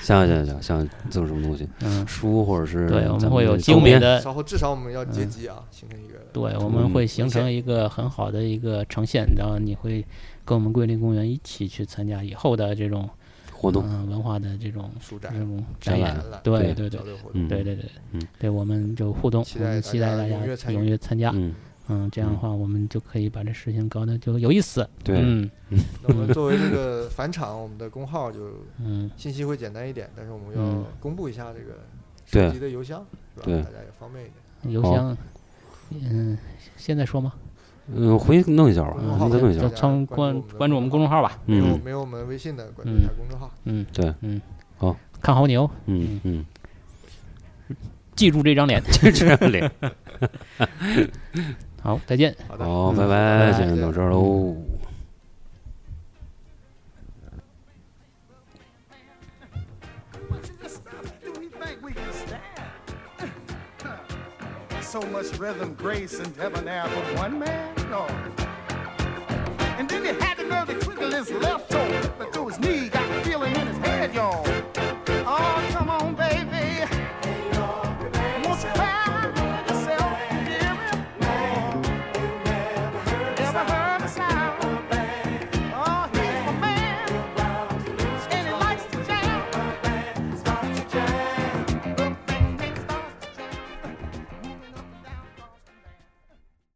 Speaker 3: 想想想想想赠什么东西，
Speaker 5: 嗯，
Speaker 3: 书或者是
Speaker 5: 对，我
Speaker 3: 咱
Speaker 5: 们会有
Speaker 3: 的
Speaker 5: 精
Speaker 3: 周
Speaker 5: 美
Speaker 3: 边，
Speaker 5: 的，
Speaker 4: 稍后至少我们要结集啊，形成一个
Speaker 5: 嗯对，我
Speaker 3: 嗯
Speaker 5: 们会形成一个很好的一个呈现，然后你会跟我们桂林公园一起去参加以后的这种
Speaker 3: 活动，
Speaker 5: 嗯文化的这种
Speaker 4: 书
Speaker 5: 这
Speaker 4: 展
Speaker 5: 种
Speaker 3: 展
Speaker 5: 展
Speaker 3: 览
Speaker 5: 演。
Speaker 4: 展览
Speaker 5: 嗯对
Speaker 3: 对
Speaker 5: 对对
Speaker 4: 交流活动。
Speaker 3: 嗯，
Speaker 5: 对对对，
Speaker 3: 嗯
Speaker 5: 对，我们就互动，
Speaker 4: 期
Speaker 5: 我
Speaker 4: 待
Speaker 5: 们
Speaker 4: 大
Speaker 5: 期待
Speaker 4: 家
Speaker 5: 大家
Speaker 4: 踊跃参与
Speaker 5: 踊跃参加，
Speaker 3: 嗯，
Speaker 5: 嗯，这样的话我们就可以把这事情搞得就有意思，
Speaker 3: 对
Speaker 5: 嗯
Speaker 4: 那我
Speaker 5: *laughs*
Speaker 4: 们作为这个返场，我们的公号就
Speaker 5: 嗯，
Speaker 4: 信息会简单一点，但是我们
Speaker 5: 嗯
Speaker 4: 要公布一下这个
Speaker 3: 对
Speaker 4: 收集的邮箱，是吧？
Speaker 3: 对
Speaker 4: 大家也方便一点。
Speaker 5: 邮
Speaker 3: 好
Speaker 5: 箱，嗯，现在说吗？
Speaker 3: 嗯，回去弄一下吧，
Speaker 4: 公众号
Speaker 3: 再弄一下
Speaker 5: 就
Speaker 4: 吧，
Speaker 5: 从
Speaker 4: 关
Speaker 5: 关
Speaker 4: 注
Speaker 5: 关注我们公众号吧，
Speaker 4: 没有
Speaker 3: 嗯
Speaker 4: 没有我们微信的，关注
Speaker 5: 嗯
Speaker 4: 一下公众号。
Speaker 5: 嗯，
Speaker 3: 对，
Speaker 5: 嗯，
Speaker 3: 好，
Speaker 5: 看好牛，
Speaker 3: 嗯嗯，
Speaker 5: 记住这张
Speaker 3: *laughs*
Speaker 5: 脸，
Speaker 3: 就这样脸，
Speaker 5: 好，再见。
Speaker 4: 好的，
Speaker 3: 好，
Speaker 5: 嗯
Speaker 3: 拜拜，
Speaker 5: 拜拜嗯
Speaker 3: 今天到这儿喽。
Speaker 1: So much rhythm, grace, and debonair from one man? No. And then he had the nerve to twinkle his left toe, but to his knee got the feeling in his head, y'all. Oh, Oh,